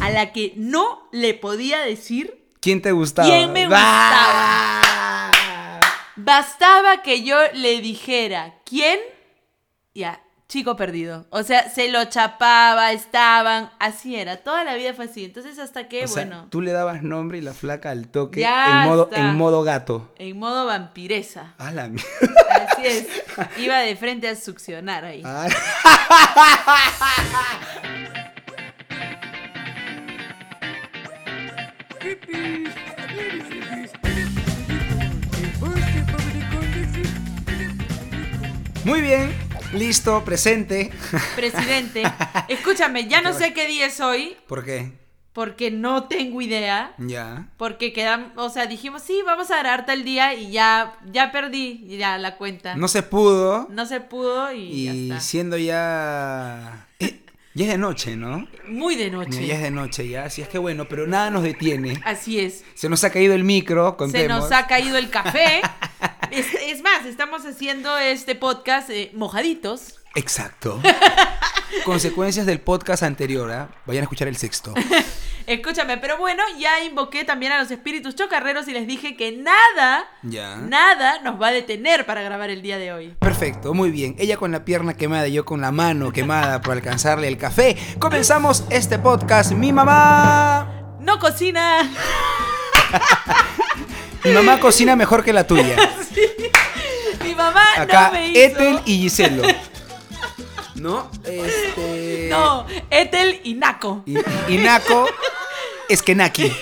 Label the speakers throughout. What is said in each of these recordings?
Speaker 1: a la que no le podía decir
Speaker 2: ¿Quién te gustaba?
Speaker 1: quién me gustaba. Bastaba que yo le dijera quién. Ya, chico perdido. O sea, se lo chapaba, estaban. Así era. Toda la vida fue así. Entonces, hasta que,
Speaker 2: O sea,
Speaker 1: bueno,
Speaker 2: tú le dabas nombre y la flaca al toque
Speaker 1: Ya
Speaker 2: en modo
Speaker 1: está.
Speaker 2: en modo gato.
Speaker 1: en modo vampiresa.
Speaker 2: A la mierda.
Speaker 1: Así es. Iba de frente a succionar ahí.
Speaker 2: Ah. Muy bien, listo, presente.
Speaker 1: Presidente, escúchame, ya no sé qué día es hoy
Speaker 2: ¿Por qué?
Speaker 1: porque no tengo idea.
Speaker 2: Ya.
Speaker 1: Porque quedamos, o sea, dijimos, sí, vamos a dar tal día y ya, ya perdí ya la cuenta. No,
Speaker 2: No se pudo
Speaker 1: se pudo y,
Speaker 2: y
Speaker 1: ya está.
Speaker 2: siendo ya eh, ya es de noche, ¿no?
Speaker 1: Muy de
Speaker 2: Ya,
Speaker 1: noche.
Speaker 2: ya es de noche ya, así es que bueno, pero nada nos detiene.
Speaker 1: Así es.
Speaker 2: Se nos ha caído el micro, contemos.
Speaker 1: Se nos ha caído el café. Es, es más, estamos haciendo este podcast eh, mojaditos.
Speaker 2: Exacto. Consecuencias del podcast anterior, ¿ah? Vayan a escuchar el sexto.
Speaker 1: Escúchame, pero bueno, ya invoqué también a los espíritus chocarreros y les dije que nada,
Speaker 2: Ya.
Speaker 1: nada nos va a detener para grabar el día de hoy.
Speaker 2: Perfecto, muy bien. Ella con la pierna quemada y yo con la mano quemada por alcanzarle el café. Comenzamos este podcast. Mi mamá.
Speaker 1: No cocina.
Speaker 2: Mi mamá cocina mejor que la tuya.
Speaker 1: Mi mamá
Speaker 2: Acá,
Speaker 1: no me hizo.
Speaker 2: Ethel y Giselo. ¿No? Este.
Speaker 1: No, Ethel y Naco.
Speaker 2: Y, y Naco es que Naki.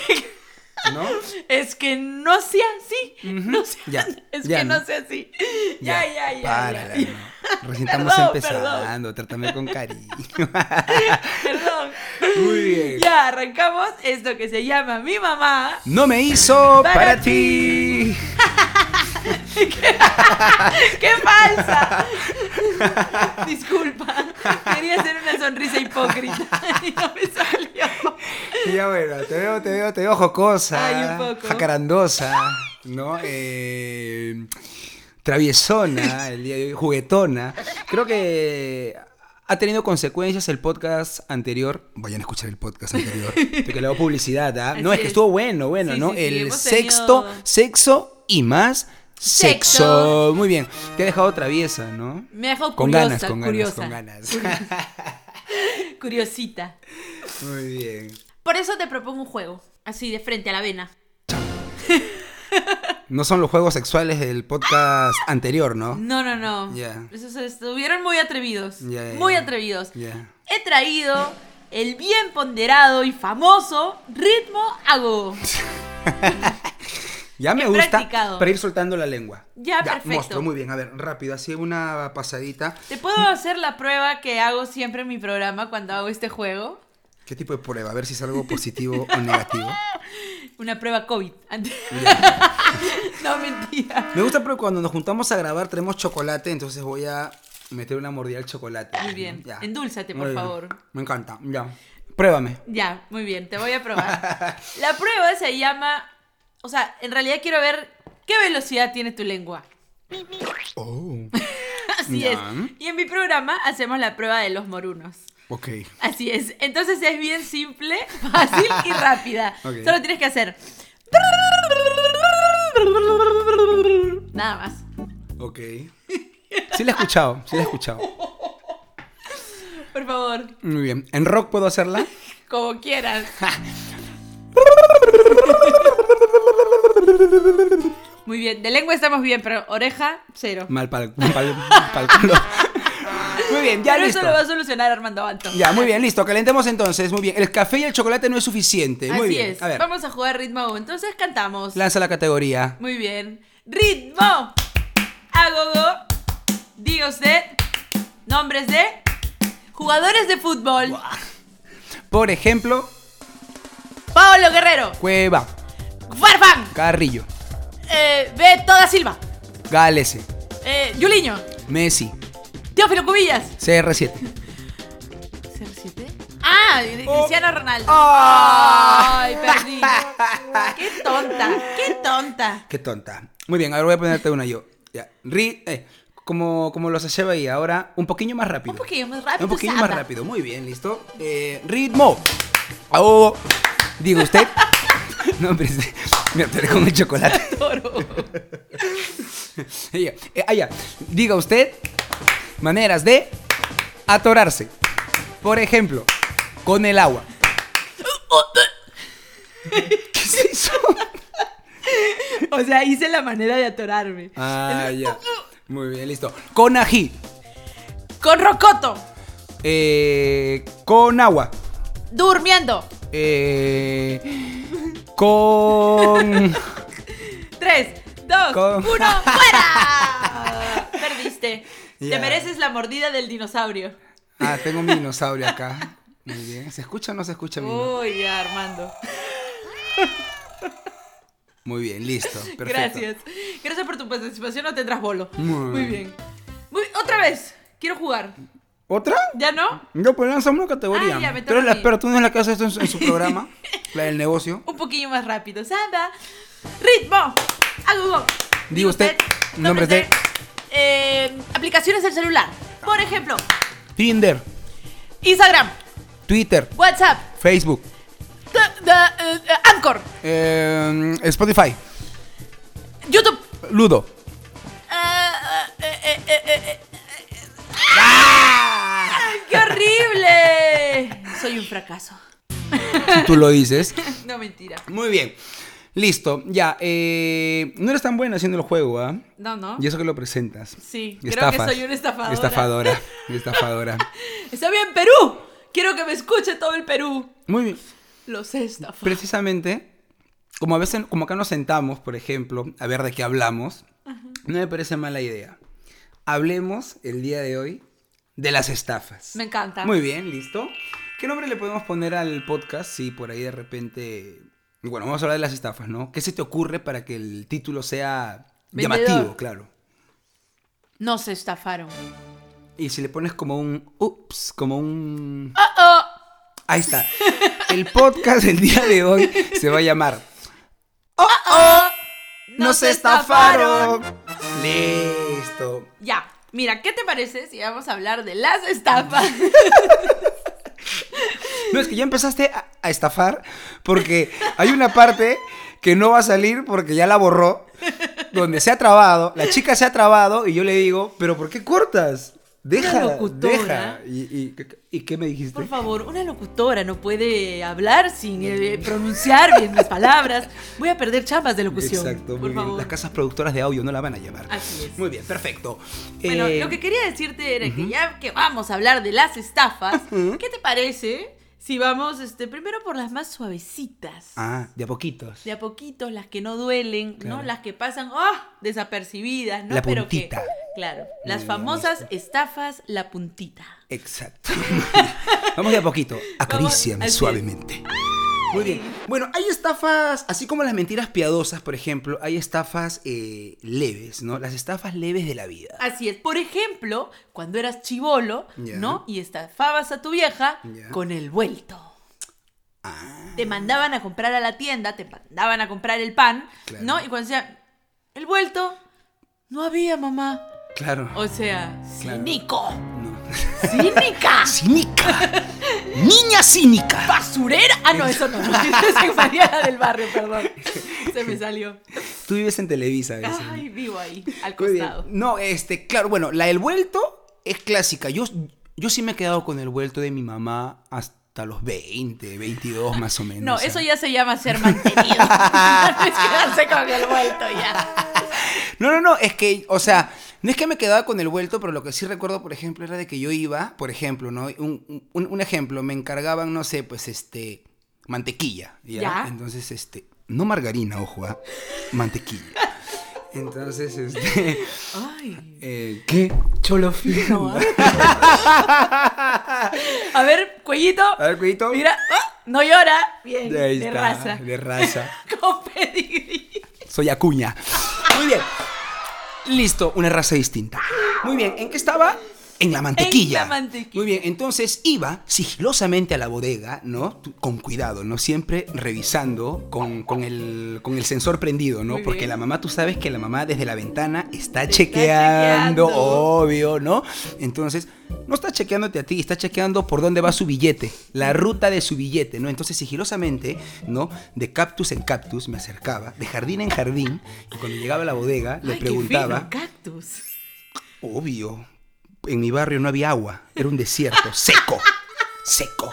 Speaker 2: ¿No?
Speaker 1: Es que no sea así. No sea
Speaker 2: Ya,
Speaker 1: Es
Speaker 2: ya
Speaker 1: que no.
Speaker 2: no.
Speaker 1: sea así. Ya, ya, ya.
Speaker 2: Párala,
Speaker 1: ya.
Speaker 2: ¿no? Recién estamos
Speaker 1: Perdón,
Speaker 2: empezando. Trátame con cariño.
Speaker 1: Perdón.
Speaker 2: Muy bien.
Speaker 1: Ya arrancamos esto que se llama Mi Mamá.
Speaker 2: No me hizo
Speaker 1: Para
Speaker 2: para, ti.
Speaker 1: ¡Qué falsa! Disculpa. Quería hacer una sonrisa hipócrita y no me salió.
Speaker 2: Ya bueno, te veo, te veo, te veo jocosa.
Speaker 1: Ay, un poco.
Speaker 2: Jacarandosa, ¿no? Eh, traviesona, el día de hoy, juguetona. Creo que ha tenido consecuencias el podcast anterior. Vayan a escuchar el podcast anterior. Porque le hago publicidad, ¿ah? No,
Speaker 1: Así
Speaker 2: es que
Speaker 1: es.
Speaker 2: estuvo bueno, bueno,
Speaker 1: Sí,
Speaker 2: ¿no?
Speaker 1: sí, sí,
Speaker 2: el
Speaker 1: hemos
Speaker 2: sexto,
Speaker 1: tenido-
Speaker 2: sexo y más sexo.
Speaker 1: Sexo.
Speaker 2: Muy bien. Te ha dejado traviesa, ¿no?
Speaker 1: Me dejó
Speaker 2: Con
Speaker 1: curiosa,
Speaker 2: ganas, con ganas,
Speaker 1: curiosa.
Speaker 2: con ganas.
Speaker 1: Curiosita.
Speaker 2: Muy bien.
Speaker 1: Por eso te propongo un juego. Así de frente a la vena.
Speaker 2: No son los juegos sexuales del podcast anterior, ¿no?
Speaker 1: Ah. No, no, no.
Speaker 2: Ya.
Speaker 1: Esos estuvieron muy atrevidos.
Speaker 2: Ya, ya,
Speaker 1: muy
Speaker 2: ya.
Speaker 1: atrevidos.
Speaker 2: Ya.
Speaker 1: He traído el bien ponderado y famoso ritmo hago.
Speaker 2: Ya me
Speaker 1: He
Speaker 2: gusta
Speaker 1: practicado.
Speaker 2: para ir soltando la lengua.
Speaker 1: Ya, perfecto.
Speaker 2: Mostro, muy bien. A ver, rápido, así una pasadita.
Speaker 1: ¿Te puedo hacer la prueba que hago siempre en mi programa cuando hago este juego?
Speaker 2: ¿Qué tipo de prueba? A ver si es algo positivo o negativo.
Speaker 1: Una prueba COVID. Ante- no, mentira.
Speaker 2: Me gusta pero cuando nos juntamos a grabar tenemos chocolate, entonces voy a meter una mordida al chocolate.
Speaker 1: Muy bien.
Speaker 2: Ya.
Speaker 1: Endúlzate, por
Speaker 2: Muy bien.
Speaker 1: favor.
Speaker 2: Me encanta. Ya. Pruébame.
Speaker 1: Ya, muy bien, te voy a probar. La prueba se llama... O sea, en realidad quiero ver qué velocidad tiene tu lengua.
Speaker 2: Oh.
Speaker 1: Así
Speaker 2: Ya.
Speaker 1: es. Y en mi programa hacemos la prueba de los morunos.
Speaker 2: Ok.
Speaker 1: Así es. Entonces es bien simple, fácil y rápida.
Speaker 2: Ok.
Speaker 1: Solo tienes que hacer. Nada más.
Speaker 2: Ok. Sí la he escuchado, sí la he escuchado.
Speaker 1: Por favor,
Speaker 2: Muy bien. ¿En rock puedo hacerla?
Speaker 1: como quieras. Muy bien, de lengua estamos bien, pero oreja, cero.
Speaker 2: Mal para el culo. Muy bien, ya
Speaker 1: pero
Speaker 2: listo.
Speaker 1: eso lo va a solucionar Armando Banto.
Speaker 2: Ya, muy bien, listo. Calentemos entonces. Muy bien. El café y el chocolate no es suficiente. Muy
Speaker 1: Así
Speaker 2: bien.
Speaker 1: es.
Speaker 2: A ver,
Speaker 1: Vamos a jugar ritmo. aún. Entonces cantamos.
Speaker 2: lanza la categoría.
Speaker 1: Muy bien. Ritmo. Agogo. Diga usted. Nombres de jugadores de fútbol.
Speaker 2: Por ejemplo,
Speaker 1: Paolo Guerrero.
Speaker 2: Cueva,
Speaker 1: Farfán.
Speaker 2: Carrillo,
Speaker 1: Eh, Beto da Silva.
Speaker 2: Galese,
Speaker 1: Eh, Yuliño.
Speaker 2: Messi,
Speaker 1: Teófilo Cubillas.
Speaker 2: CR7.
Speaker 1: ¿07? Ah, de-
Speaker 2: Oh.
Speaker 1: de Cristiano Ronaldo.
Speaker 2: Ah.
Speaker 1: Ay, perdí. Qué tonta. Qué tonta.
Speaker 2: Qué tonta. Muy bien, ahora voy a ponerte una yo. Ya. Ri- eh, como, como los lleva ahí, ahora un poquillo más rápido.
Speaker 1: Ah, Un poquillo más rápido,
Speaker 2: Un poquillo
Speaker 1: Samba.
Speaker 2: más rápido. Muy bien, listo. Eh, ritmo. Oh, digo usted. No, hombre, este, me atoré con el chocolate.
Speaker 1: Toro.
Speaker 2: Ella, eh, ah, ya. Diga usted maneras de atorarse. Por ejemplo, con el agua. ¿Qué es eso?
Speaker 1: O sea, hice la manera de atorarme.
Speaker 2: Ah, ya. Muy bien, listo. Con ají.
Speaker 1: Con rocoto.
Speaker 2: Eh, con agua.
Speaker 1: Durmiendo.
Speaker 2: Eh, con.
Speaker 1: Tres, dos,
Speaker 2: Con-
Speaker 1: uno, fuera. Perdiste.
Speaker 2: Ya.
Speaker 1: Te mereces la mordida del dinosaurio.
Speaker 2: Ah, tengo un dinosaurio acá. Muy bien. ¿Se escucha o no se escucha mi no?
Speaker 1: Uy, ya, Armando.
Speaker 2: Muy bien, listo. Perfecto.
Speaker 1: Gracias. Gracias por tu participación, no tendrás bolo.
Speaker 2: Muy
Speaker 1: Muy bien. Muy, otra vez. Quiero jugar.
Speaker 2: ¿Otra?
Speaker 1: ¿Ya no?
Speaker 2: No, pues lanza una categoría.
Speaker 1: Ah, ya, me
Speaker 2: Tú
Speaker 1: toca
Speaker 2: eres la
Speaker 1: a mí.
Speaker 2: experta, tú no eres la que hace esto en su, en su programa, la del negocio.
Speaker 1: Un poquillo más rápido. Samba. Ritmo. Agugo.
Speaker 2: Diga usted, nombre de-
Speaker 1: eh, aplicaciones del celular. Por ejemplo,
Speaker 2: Tinder,
Speaker 1: Instagram,
Speaker 2: Twitter,
Speaker 1: WhatsApp,
Speaker 2: Facebook,
Speaker 1: da- da- eh, eh, Anchor,
Speaker 2: eh, Spotify,
Speaker 1: YouTube.
Speaker 2: Ludo.
Speaker 1: Ah, eh, eh, eh, eh, eh, eh. ¡Ay, ¡Qué horrible! Soy un fracaso.
Speaker 2: Tú lo dices.
Speaker 1: No, mentira.
Speaker 2: Muy bien. Listo, ya. eh, no eres tan buena haciendo el juego, ¿ah?
Speaker 1: No, no.
Speaker 2: Y eso que lo presentas.
Speaker 1: Sí, creo
Speaker 2: Estafas.
Speaker 1: que soy una estafadora.
Speaker 2: Estafadora. Estafadora.
Speaker 1: Está bien, Perú. Quiero que me escuche todo el Perú.
Speaker 2: Muy bien.
Speaker 1: Los estafó.
Speaker 2: Precisamente, como a veces, como acá nos sentamos, por ejemplo, a ver de qué hablamos, no me parece mala idea. Hablemos el día de hoy de las estafas.
Speaker 1: Me encanta.
Speaker 2: Muy bien, listo. ¿Qué nombre le podemos poner al podcast si por ahí de repente... Bueno, vamos a hablar de las estafas, ¿no? ¿Qué se te ocurre para que el título sea
Speaker 1: Vendedor.
Speaker 2: llamativo, claro?
Speaker 1: Nos estafaron.
Speaker 2: Y si le pones como un... Ups, como un...
Speaker 1: Oh, oh.
Speaker 2: Ahí está. El podcast del día de hoy se va a llamar Oh,
Speaker 1: Nos estafaron.
Speaker 2: Listo.
Speaker 1: Ya. Mira, ¿qué te parece si vamos a hablar de las estafas?
Speaker 2: No, es que ya empezaste a, a estafar porque hay una parte que no va a salir porque ya la borró, donde se ha trabado, la chica se ha trabado y yo le digo, pero ¿por qué cortas? Deja,
Speaker 1: locutora.
Speaker 2: deja. ¿Y, y, y qué me dijiste?
Speaker 1: Por favor, una locutora no puede hablar sin eh, pronunciar bien las palabras. Voy a perder chambas de locución.
Speaker 2: Exacto, muy
Speaker 1: por
Speaker 2: bien.
Speaker 1: favor.
Speaker 2: Las casas productoras de audio no la van a llevar.
Speaker 1: Así es.
Speaker 2: Muy bien, perfecto.
Speaker 1: Bueno,
Speaker 2: Eh,
Speaker 1: lo que quería decirte era que ya que vamos a hablar de las estafas, ¿qué te parece si vamos este, primero por las más suavecitas?
Speaker 2: Ah, de a poquitos.
Speaker 1: De a poquitos, las que no duelen, ¿no?
Speaker 2: Claro.
Speaker 1: Las que pasan ¡ah! desapercibidas, ¿no?
Speaker 2: La
Speaker 1: Pero que-
Speaker 2: puntita.
Speaker 1: claro,
Speaker 2: Muy
Speaker 1: las
Speaker 2: bien,
Speaker 1: famosas estafas, la puntita.
Speaker 2: Exacto. Vamos de a poquito. Acaríciame
Speaker 1: así es.
Speaker 2: suavemente. Muy bien. Bueno, hay estafas, así como las mentiras piadosas, por ejemplo, hay estafas eh, leves, ¿no? Las estafas leves de la vida.
Speaker 1: Así es. Por ejemplo, cuando eras chivolo,
Speaker 2: Ya.
Speaker 1: ¿no? Y estafabas a tu vieja
Speaker 2: Ya. Ah.
Speaker 1: con el vuelto. Te mandaban a comprar a la tienda, te mandaban a comprar el pan,
Speaker 2: Claro.
Speaker 1: ¿no? Y cuando decían, el vuelto, no había, mamá.
Speaker 2: Claro.
Speaker 1: O sea,
Speaker 2: Claro.
Speaker 1: cínico.
Speaker 2: No.
Speaker 1: ¡Cínica!
Speaker 2: ¡Cínica! ¡Niña cínica!
Speaker 1: ¡Basurera! Ah, no, eso no. Esa es Mariana del Barrio, perdón. Se me salió.
Speaker 2: Tú vives en Televisa a veces. ¿no?
Speaker 1: Ay, vivo ahí, al
Speaker 2: Muy bien.
Speaker 1: costado.
Speaker 2: No, este, claro, bueno, la del vuelto es clásica. Yo, yo sí me he quedado con el vuelto de mi mamá hasta los 20, 22 más o menos.
Speaker 1: No,
Speaker 2: o sea.
Speaker 1: eso ya se llama ser mantenido. No es quedarse con el vuelto ya.
Speaker 2: No, no, no, es que, o sea, no es que me quedaba con el vuelto, pero lo que sí recuerdo, por ejemplo, era de que yo iba, por ejemplo, ¿no? Un, un- un ejemplo, me encargaban, no sé, pues, este, mantequilla, ¿ya?
Speaker 1: Ya.
Speaker 2: Entonces, este, no margarina, ojo, ¿ah? Mantequilla. Entonces, este,
Speaker 1: Ay.
Speaker 2: eh, ¿qué? Cholo fino.
Speaker 1: ¿ah? A ver, cuellito.
Speaker 2: A ver, cuidito.
Speaker 1: Mira, ¡ah! no llora. Bien,
Speaker 2: De ahí
Speaker 1: de
Speaker 2: está,
Speaker 1: raza.
Speaker 2: De raza.
Speaker 1: Con pedigrí.
Speaker 2: Soy Acuña. Muy bien. Listo, una raza distinta. Muy bien, ¿en qué estaba? En la mantequilla.
Speaker 1: En la mantequilla.
Speaker 2: Muy bien, entonces iba sigilosamente a la bodega, ¿no? Tú- Con cuidado, ¿no? Siempre revisando con, con el, con el sensor prendido, ¿no?
Speaker 1: Muy
Speaker 2: Porque
Speaker 1: bien.
Speaker 2: la mamá, tú sabes que la mamá desde la ventana está
Speaker 1: Está
Speaker 2: chequeando,
Speaker 1: chequeando.
Speaker 2: obvio, ¿no? Entonces, no está chequeándote a ti, está chequeando por dónde va su billete, la ruta de su billete, ¿no? Entonces, sigilosamente, ¿no? De cactus en cactus me acercaba, de jardín en jardín, y cuando llegaba a la bodega le
Speaker 1: Ay, qué
Speaker 2: preguntaba...
Speaker 1: fino, cactus.
Speaker 2: Obvio. En mi barrio no había agua. Era un desierto. Seco. Seco.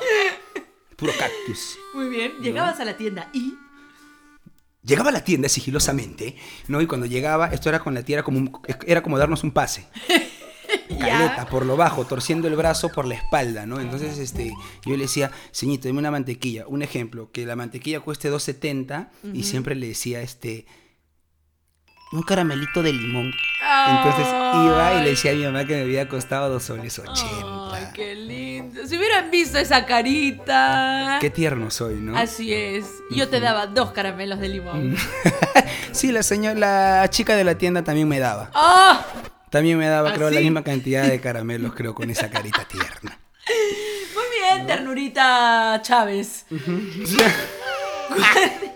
Speaker 2: Puro cactus.
Speaker 1: Muy bien. Llegabas a la tienda y.
Speaker 2: Llegaba a la tienda sigilosamente, ¿no? Y cuando llegaba, esto era con la tía, era como, un- era como darnos un pase. Caleta, por lo bajo, torciendo el brazo por la espalda, ¿no? Entonces, este, yo le decía, señito, dime una mantequilla. Un ejemplo, que la mantequilla cueste 2.70 y siempre le decía, este, un caramelito de limón. Entonces iba y le decía a mi mamá que me había costado dos soles
Speaker 1: Ay,
Speaker 2: 80.
Speaker 1: qué lindo. Si hubieran visto esa carita.
Speaker 2: Qué tierno soy, ¿no? Mm.
Speaker 1: Así es. Yo te daba dos caramelos de limón.
Speaker 2: Sí, la señora, la chica de la tienda también me daba.
Speaker 1: ¡Oh!
Speaker 2: También me daba,
Speaker 1: ¿Ah,
Speaker 2: creo, la
Speaker 1: sí?
Speaker 2: misma cantidad de caramelos, creo, con esa carita tierna.
Speaker 1: Muy bien, ternurita Chávez.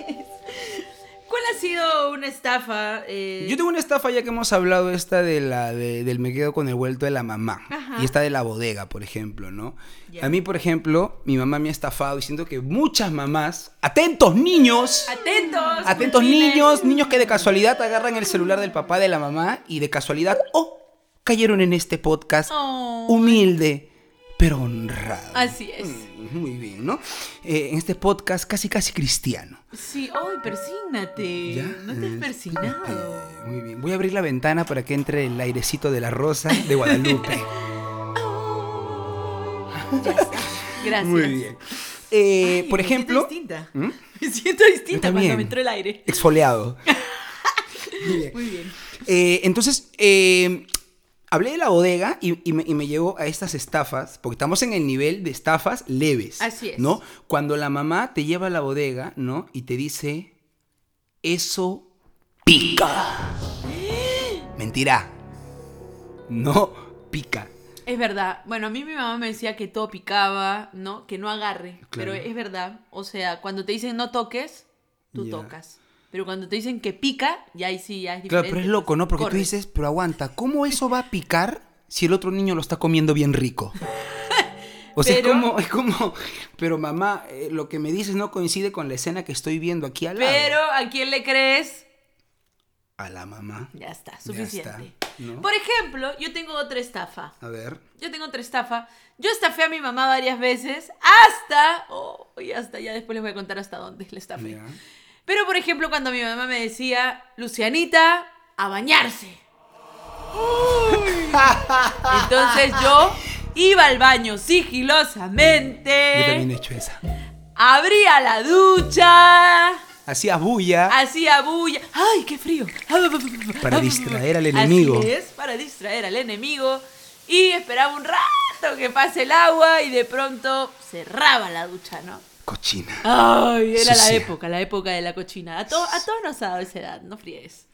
Speaker 1: ¿Cuál ha sido una estafa? eh,
Speaker 2: Yo tengo una estafa ya que hemos hablado esta de la de- del me quedo con el vuelto de la mamá
Speaker 1: Ajá.
Speaker 2: y esta de la bodega, por ejemplo, ¿no?
Speaker 1: Ya.
Speaker 2: A mí, por ejemplo, mi mamá me ha estafado y siento que muchas mamás, atentos niños,
Speaker 1: Atentos.
Speaker 2: Atentos
Speaker 1: culpines.
Speaker 2: niños, niños que de casualidad agarran el celular del papá de la mamá y de casualidad, oh, cayeron en este podcast
Speaker 1: Oh,
Speaker 2: humilde, pero honrado.
Speaker 1: Así es.
Speaker 2: Mm, Muy bien, ¿no? Eh, en este podcast casi casi cristiano.
Speaker 1: Sí, hoy persígnate. No te has
Speaker 2: Eh,
Speaker 1: persignado.
Speaker 2: eh, Muy bien. Voy a abrir la ventana para que entre el airecito de la rosa de Guadalupe.
Speaker 1: Ya está. Gracias.
Speaker 2: Muy bien. Eh,
Speaker 1: Ay,
Speaker 2: por
Speaker 1: me siento
Speaker 2: ejemplo,
Speaker 1: distinta.
Speaker 2: ¿Mm?
Speaker 1: Me siento distinta cuando
Speaker 2: también.
Speaker 1: me entró el aire.
Speaker 2: exfoliado. Muy bien.
Speaker 1: Muy bien.
Speaker 2: Eh, entonces, eh, hablé de la bodega y, y me, y me llevo a estas estafas, porque estamos en el nivel de estafas leves.
Speaker 1: Así es.
Speaker 2: ¿No? Cuando la mamá te lleva a la bodega, ¿no? Y te dice, eso pica. Mentira. No pica.
Speaker 1: Es verdad. Bueno, a mí mi mamá me decía que todo picaba, ¿no? Que no agarre.
Speaker 2: Claro.
Speaker 1: Pero es verdad. O sea, cuando te dicen no toques, tú
Speaker 2: Ya.
Speaker 1: tocas. Pero cuando te dicen que pica, ya ahí sí, ya es
Speaker 2: Claro,
Speaker 1: diferente.
Speaker 2: pero es loco, ¿no? Porque tú
Speaker 1: Corre.
Speaker 2: dices, pero aguanta, ¿cómo eso va a picar si el otro niño lo está comiendo bien rico? O sea,
Speaker 1: Pero-
Speaker 2: es como, es como, pero mamá, eh, lo que me dices no coincide con la escena que estoy viendo aquí al lado.
Speaker 1: Pero ¿a quién le crees?
Speaker 2: A la mamá.
Speaker 1: Ya está,
Speaker 2: Ya está,
Speaker 1: suficiente.
Speaker 2: ¿no?
Speaker 1: Por ejemplo, yo tengo otra estafa.
Speaker 2: A ver.
Speaker 1: Yo tengo otra estafa. Yo estafé a mi mamá varias veces hasta... Oh, y hasta, ya después les voy a contar hasta dónde la estafé.
Speaker 2: ya.
Speaker 1: Pero, por ejemplo, cuando mi mamá me decía, Lucianita, a bañarse. Entonces yo iba al baño
Speaker 2: Yo también he
Speaker 1: sigilosamente,
Speaker 2: hecho esa.
Speaker 1: abría la ducha,
Speaker 2: Hacías bulla.
Speaker 1: hacía bulla. ¡Ay, qué frío!
Speaker 2: Para distraer al enemigo.
Speaker 1: Así es, para distraer al enemigo. Y esperaba un rato que pase el agua y de pronto cerraba la ducha, ¿no?
Speaker 2: Cochina.
Speaker 1: Ay, era la
Speaker 2: Sucia.
Speaker 1: época, la época de la cochina. A, to- a todos nos ha dado esa edad, no fríes.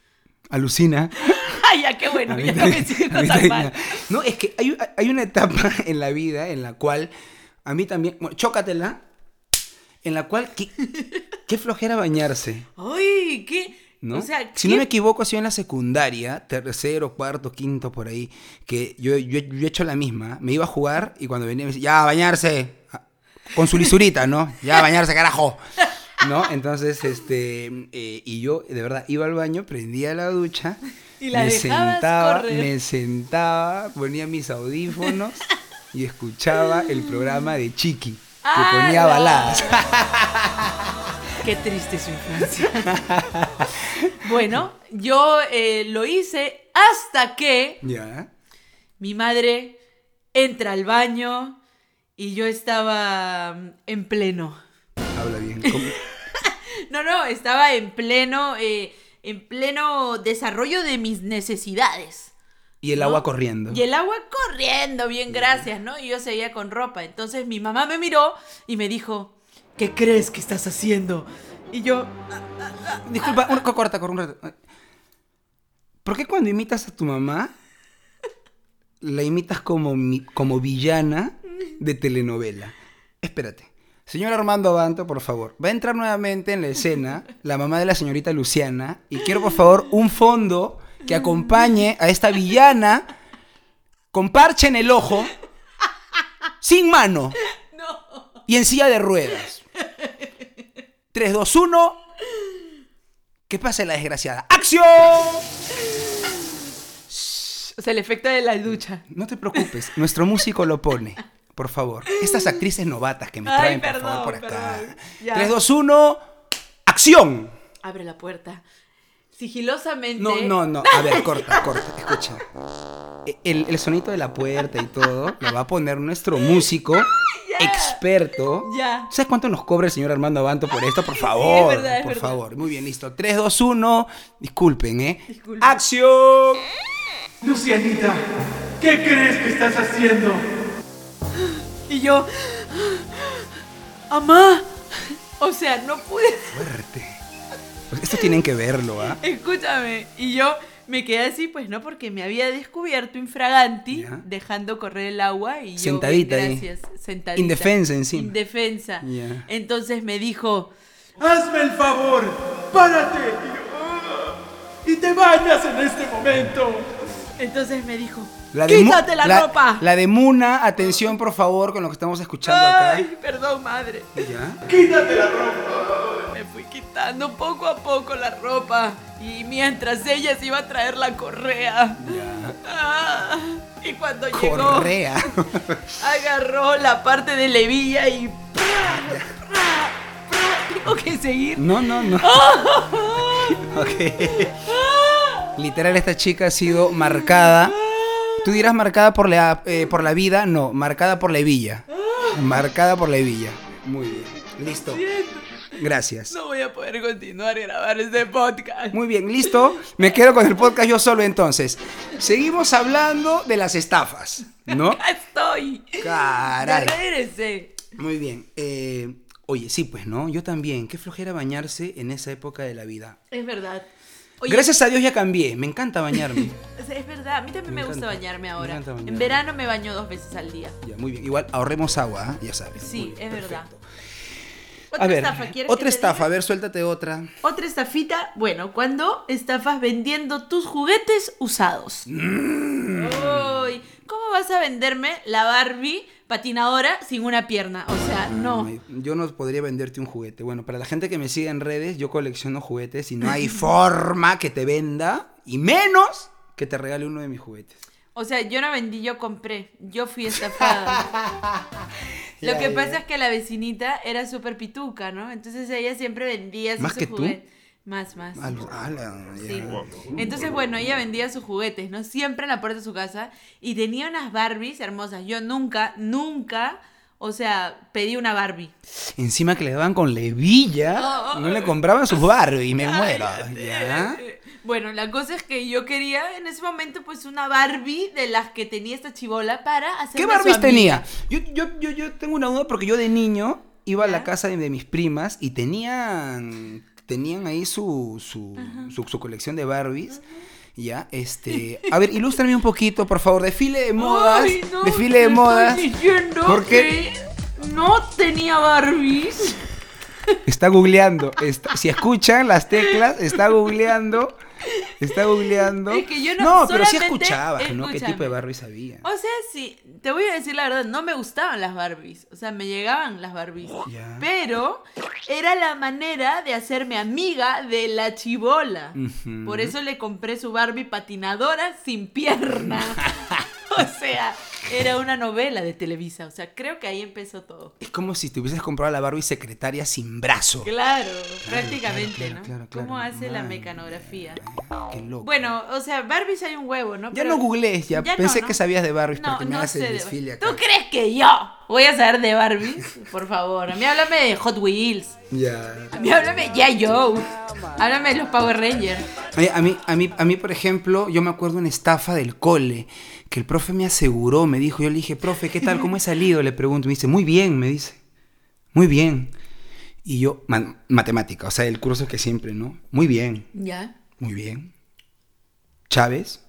Speaker 2: Alucina.
Speaker 1: Ay, ya qué bueno,
Speaker 2: A mí
Speaker 1: ya no me
Speaker 2: también- a
Speaker 1: siento
Speaker 2: mí
Speaker 1: tan
Speaker 2: también-
Speaker 1: mal.
Speaker 2: No, es que hay, hay una etapa en la vida en la cual a mí también. Bueno, chócatela. En la cual. Qué, qué flojera bañarse.
Speaker 1: Ay, qué.
Speaker 2: ¿no?
Speaker 1: O sea,
Speaker 2: si no
Speaker 1: qué-
Speaker 2: me equivoco, ha sido en la secundaria, tercero, cuarto, quinto, por ahí, que yo, yo, yo he hecho la misma. Me iba a jugar y cuando venía me decía, ya, a bañarse. Ah, Con su lisurita, ¿no? Ya, a bañarse, carajo. ¿No? Entonces, este. eh, y yo, de verdad, iba al baño, prendía la ducha.
Speaker 1: Y la
Speaker 2: me
Speaker 1: dejabas
Speaker 2: sentaba,
Speaker 1: correr.
Speaker 2: me sentaba, ponía mis audífonos y escuchaba el programa de Chiqui, que
Speaker 1: ¡Hala!
Speaker 2: ponía baladas.
Speaker 1: Qué triste su infancia. bueno, yo eh, lo hice hasta que
Speaker 2: ya.
Speaker 1: mi madre entra al baño y yo estaba mm, en pleno.
Speaker 2: Habla bien. ¿cómo?
Speaker 1: No, no, estaba en pleno, eh, en pleno desarrollo de mis necesidades.
Speaker 2: Y el
Speaker 1: ¿No?
Speaker 2: agua corriendo.
Speaker 1: Y el agua corriendo, bien, gracias, ¿no? Y yo seguía con ropa. Entonces mi mamá me miró y me dijo, ¿qué crees que estás haciendo? Y yo,
Speaker 2: Disculpa, una co- corta, corta, un rato. ¿Por qué cuando imitas a tu mamá la imitas como, mi- como villana de telenovela. Espérate. Señor Armando Abanto, por favor, va a entrar nuevamente en la escena la mamá de la señorita Luciana y quiero, por favor, un fondo que acompañe a esta villana con parche en el ojo, sin mano y en silla de ruedas. 3, 2, 1. ¿Qué pasa, la desgraciada? ¡Acción!
Speaker 1: O sea, el efecto de la ducha.
Speaker 2: No te preocupes, nuestro músico lo pone. Por favor, estas actrices novatas que me
Speaker 1: Ay,
Speaker 2: traen,
Speaker 1: perdón,
Speaker 2: por favor, por acá.
Speaker 1: perdón. Ya.
Speaker 2: 3, 2, 1. ¡Acción!
Speaker 1: Abre la puerta. Sigilosamente.
Speaker 2: No, no, no. A ver, corta, corta, escucha. E, El, el sonido de la puerta y todo lo va a poner nuestro músico experto.
Speaker 1: Ya.
Speaker 2: ¿Sabes cuánto nos cobra el señor Armando Abanto por esto? Por favor,
Speaker 1: verdad, es
Speaker 2: por
Speaker 1: verdad.
Speaker 2: favor. Muy bien, listo. 3, 2, 1. Disculpen, ¿eh?
Speaker 1: Disculpen.
Speaker 2: ¡Acción!
Speaker 3: Lucianita, ¿qué crees que estás haciendo?
Speaker 1: Y yo. ¡Amá! O sea, no pude.
Speaker 2: Fuerte. Pues esto tienen que verlo, ¿ah?
Speaker 1: Escúchame. Y yo me quedé así, pues no, porque me había descubierto infraganti,
Speaker 2: Ya.
Speaker 1: dejando correr el agua y yo.
Speaker 2: Sentadita ahí.
Speaker 1: Gracias, sentadita.
Speaker 2: Indefensa encima.
Speaker 1: Indefensa.
Speaker 2: Ya.
Speaker 1: Entonces me dijo.
Speaker 3: Hazme el favor, párate y, ¡ah! y te bañas en este momento.
Speaker 1: Entonces me dijo.
Speaker 2: Mu-
Speaker 1: ¡Quítate la, ropa!
Speaker 2: La de Muna, atención, por favor, con lo que estamos escuchando
Speaker 1: Ay, perdón, madre.
Speaker 2: acá. ¿Ya?
Speaker 3: Quítate la ropa.
Speaker 1: Me fui quitando poco a poco la ropa y mientras ella se iba a traer la correa.
Speaker 2: Ya.
Speaker 1: Ah, y cuando llegó,
Speaker 2: Correa.
Speaker 1: agarró la parte de levilla y ¡pra! ¡pra! ¡pra! tengo que seguir.
Speaker 2: No, no, no. Ok. Literal, esta chica ha sido marcada. Tú dirás marcada por la, eh, por la vida, no, marcada por la hebilla. Marcada por la hebilla. Muy bien. Listo. Gracias.
Speaker 1: No voy a poder continuar a grabar este podcast.
Speaker 2: Muy bien, listo. Me quedo con el podcast yo solo entonces. Seguimos hablando de las estafas, ¿no?
Speaker 1: Acá estoy.
Speaker 2: Caray.
Speaker 1: Ya regresé.
Speaker 2: Muy bien. eh, oye, sí, pues, ¿no? Yo también. Qué flojera bañarse en esa época de la vida.
Speaker 1: Es verdad. Oye,
Speaker 2: Gracias a Dios ya cambié. Me encanta bañarme.
Speaker 1: o sea, Es verdad, a mí también me,
Speaker 2: Me
Speaker 1: gusta
Speaker 2: encanta,
Speaker 1: bañarme
Speaker 2: me
Speaker 1: ahora.
Speaker 2: encanta
Speaker 1: En
Speaker 2: bañarme.
Speaker 1: verano me baño dos veces al día.
Speaker 2: Ya, muy bien. Igual ahorremos agua, ¿ah? ya sabes.
Speaker 1: Sí,
Speaker 2: Muy bien,
Speaker 1: es verdad.
Speaker 2: perfecto.
Speaker 1: Otra
Speaker 2: A ver,
Speaker 1: estafa, ¿quieres que
Speaker 2: otra
Speaker 1: te
Speaker 2: estafa.
Speaker 1: diga?
Speaker 2: A ver, suéltate otra.
Speaker 1: Otra estafita, bueno, cuando estafas vendiendo tus juguetes usados.
Speaker 2: Mm.
Speaker 1: Uy, ¿Cómo vas a venderme la Barbie patinadora sin una pierna? O sea, no.
Speaker 2: Ay, Yo no podría venderte un juguete. Bueno, para la gente que me sigue en redes, yo colecciono juguetes y no hay forma que te venda y menos que te regale uno de mis juguetes.
Speaker 1: O sea, yo no vendí, yo compré. Yo fui estafada. Lo
Speaker 2: Ya,
Speaker 1: que
Speaker 2: ya.
Speaker 1: pasa es que la vecinita era súper pituca, ¿no? Entonces ella siempre vendía así
Speaker 2: ¿Más
Speaker 1: sus
Speaker 2: que tú?
Speaker 1: juguetes. Más, más.
Speaker 2: Al- ala, ya.
Speaker 1: Sí. Entonces, bueno, ella vendía sus juguetes, ¿no? Siempre en la puerta de su casa. Y tenía unas Barbies hermosas. Yo nunca, nunca, o sea, pedí una Barbie.
Speaker 2: Encima que le daban con levilla,
Speaker 1: Oh, oh.
Speaker 2: no le compraban sus Barbie, me muero. ¿ya?
Speaker 1: Bueno, la cosa es que yo quería en ese momento, pues, una Barbie de las que tenía esta chibola para hacer.
Speaker 2: ¿Qué Barbies tenía? Yo, yo, yo, yo tengo una duda porque yo de niño iba a la
Speaker 1: Ya.
Speaker 2: casa de, de mis primas y tenían, tenían ahí su, su, su, su colección de Barbies. Ya, este. A ver, ilústrame un poquito, por favor. Desfile de modas. desfile de modas. Porque-
Speaker 1: no tenía Barbies.
Speaker 2: Está googleando. está- si escuchan las teclas, está googleando. Está googleando.
Speaker 1: Es que yo no-
Speaker 2: pero sí
Speaker 1: solamente-
Speaker 2: escuchabas, ¿no? ¿Qué tipo
Speaker 1: escúchame.
Speaker 2: de Barbies había?
Speaker 1: O sea, sí, te voy a decir la verdad, no me gustaban las Barbies. O sea, me llegaban las Barbies.
Speaker 2: Ya.
Speaker 1: Pero era la manera de hacerme amiga de la chibola.
Speaker 2: Ujú.
Speaker 1: Por eso le compré su Barbie patinadora sin pierna. o sea, era una novela de Televisa. O sea, creo que ahí empezó todo.
Speaker 2: Es como si te hubieses comprado la Barbie secretaria sin brazo.
Speaker 1: Claro, prácticamente,
Speaker 2: claro,
Speaker 1: ¿no?
Speaker 2: claro, claro.
Speaker 1: ¿Cómo hace la
Speaker 2: Madre
Speaker 1: mecanografía?
Speaker 2: Qué loco.
Speaker 1: Bueno, o sea, Barbies hay un huevo, ¿no?
Speaker 2: Ya
Speaker 1: Pero-
Speaker 2: no googlees, ya,
Speaker 1: ya
Speaker 2: pensé
Speaker 1: no, ¿no?
Speaker 2: que sabías de Barbies
Speaker 1: No,
Speaker 2: porque me
Speaker 1: no
Speaker 2: hagas
Speaker 1: sé
Speaker 2: el
Speaker 1: de-
Speaker 2: desfile acá.
Speaker 1: ¿Tú crees que yo voy a saber de Barbies? Por favor, a mí háblame de Hot Wheels.
Speaker 2: Ya.
Speaker 1: A mí háblame de G.I. Joe. Háblame de los Power Rangers.
Speaker 2: Oye, a mí, a mí, a mí, por ejemplo, yo me acuerdo una estafa del cole que el profe me aseguró, me dijo, yo le dije, profe, ¿qué tal? ¿Cómo he salido? Le pregunto, me dice, muy bien, me dice, muy bien. Y yo, man- matemática, o sea, el curso que siempre, ¿no? Muy bien,
Speaker 1: ¿Ya?
Speaker 2: muy bien. Chávez,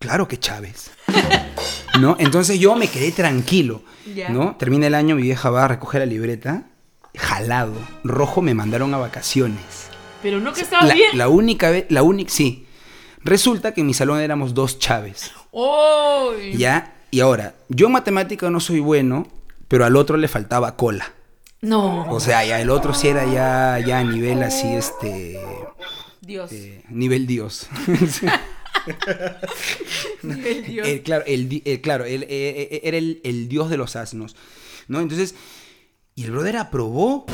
Speaker 2: claro que Chávez. ¿No? Entonces yo me quedé tranquilo.
Speaker 1: Ya.
Speaker 2: ¿No? Termina el año, mi vieja va a recoger la libreta. Jalado. Rojo me mandaron a vacaciones.
Speaker 1: Pero no que estabas
Speaker 2: la,
Speaker 1: bien.
Speaker 2: la única vez, la única, sí. Resulta que en mi salón éramos dos Chávez.
Speaker 1: ¡Uy!
Speaker 2: ¿Ya? Y ahora, yo en matemática no soy bueno, pero al otro le faltaba cola.
Speaker 1: No.
Speaker 2: O sea, ya el otro sí era ya, ya a nivel así, este.
Speaker 1: Dios.
Speaker 2: eh, nivel Dios.
Speaker 1: Nivel Dios.
Speaker 2: Eh, claro, el, di- eh, claro él, eh, eh, era el, el dios de los asnos, ¿no? Entonces, y el brother aprobó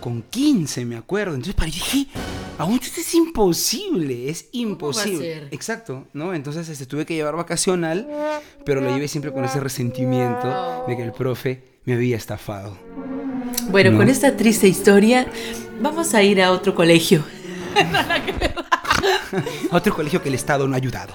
Speaker 2: con 15, me acuerdo. Entonces, para yo dije, aún esto es imposible, es imposible.
Speaker 1: ser?
Speaker 2: Exacto, ¿no? Entonces, este, tuve que llevar vacacional, pero lo llevé siempre con ese resentimiento de que el profe me había estafado.
Speaker 1: Bueno,
Speaker 2: No.
Speaker 1: con esta triste historia, vamos a ir a otro colegio.
Speaker 2: A otro colegio que el Estado no ha ayudado.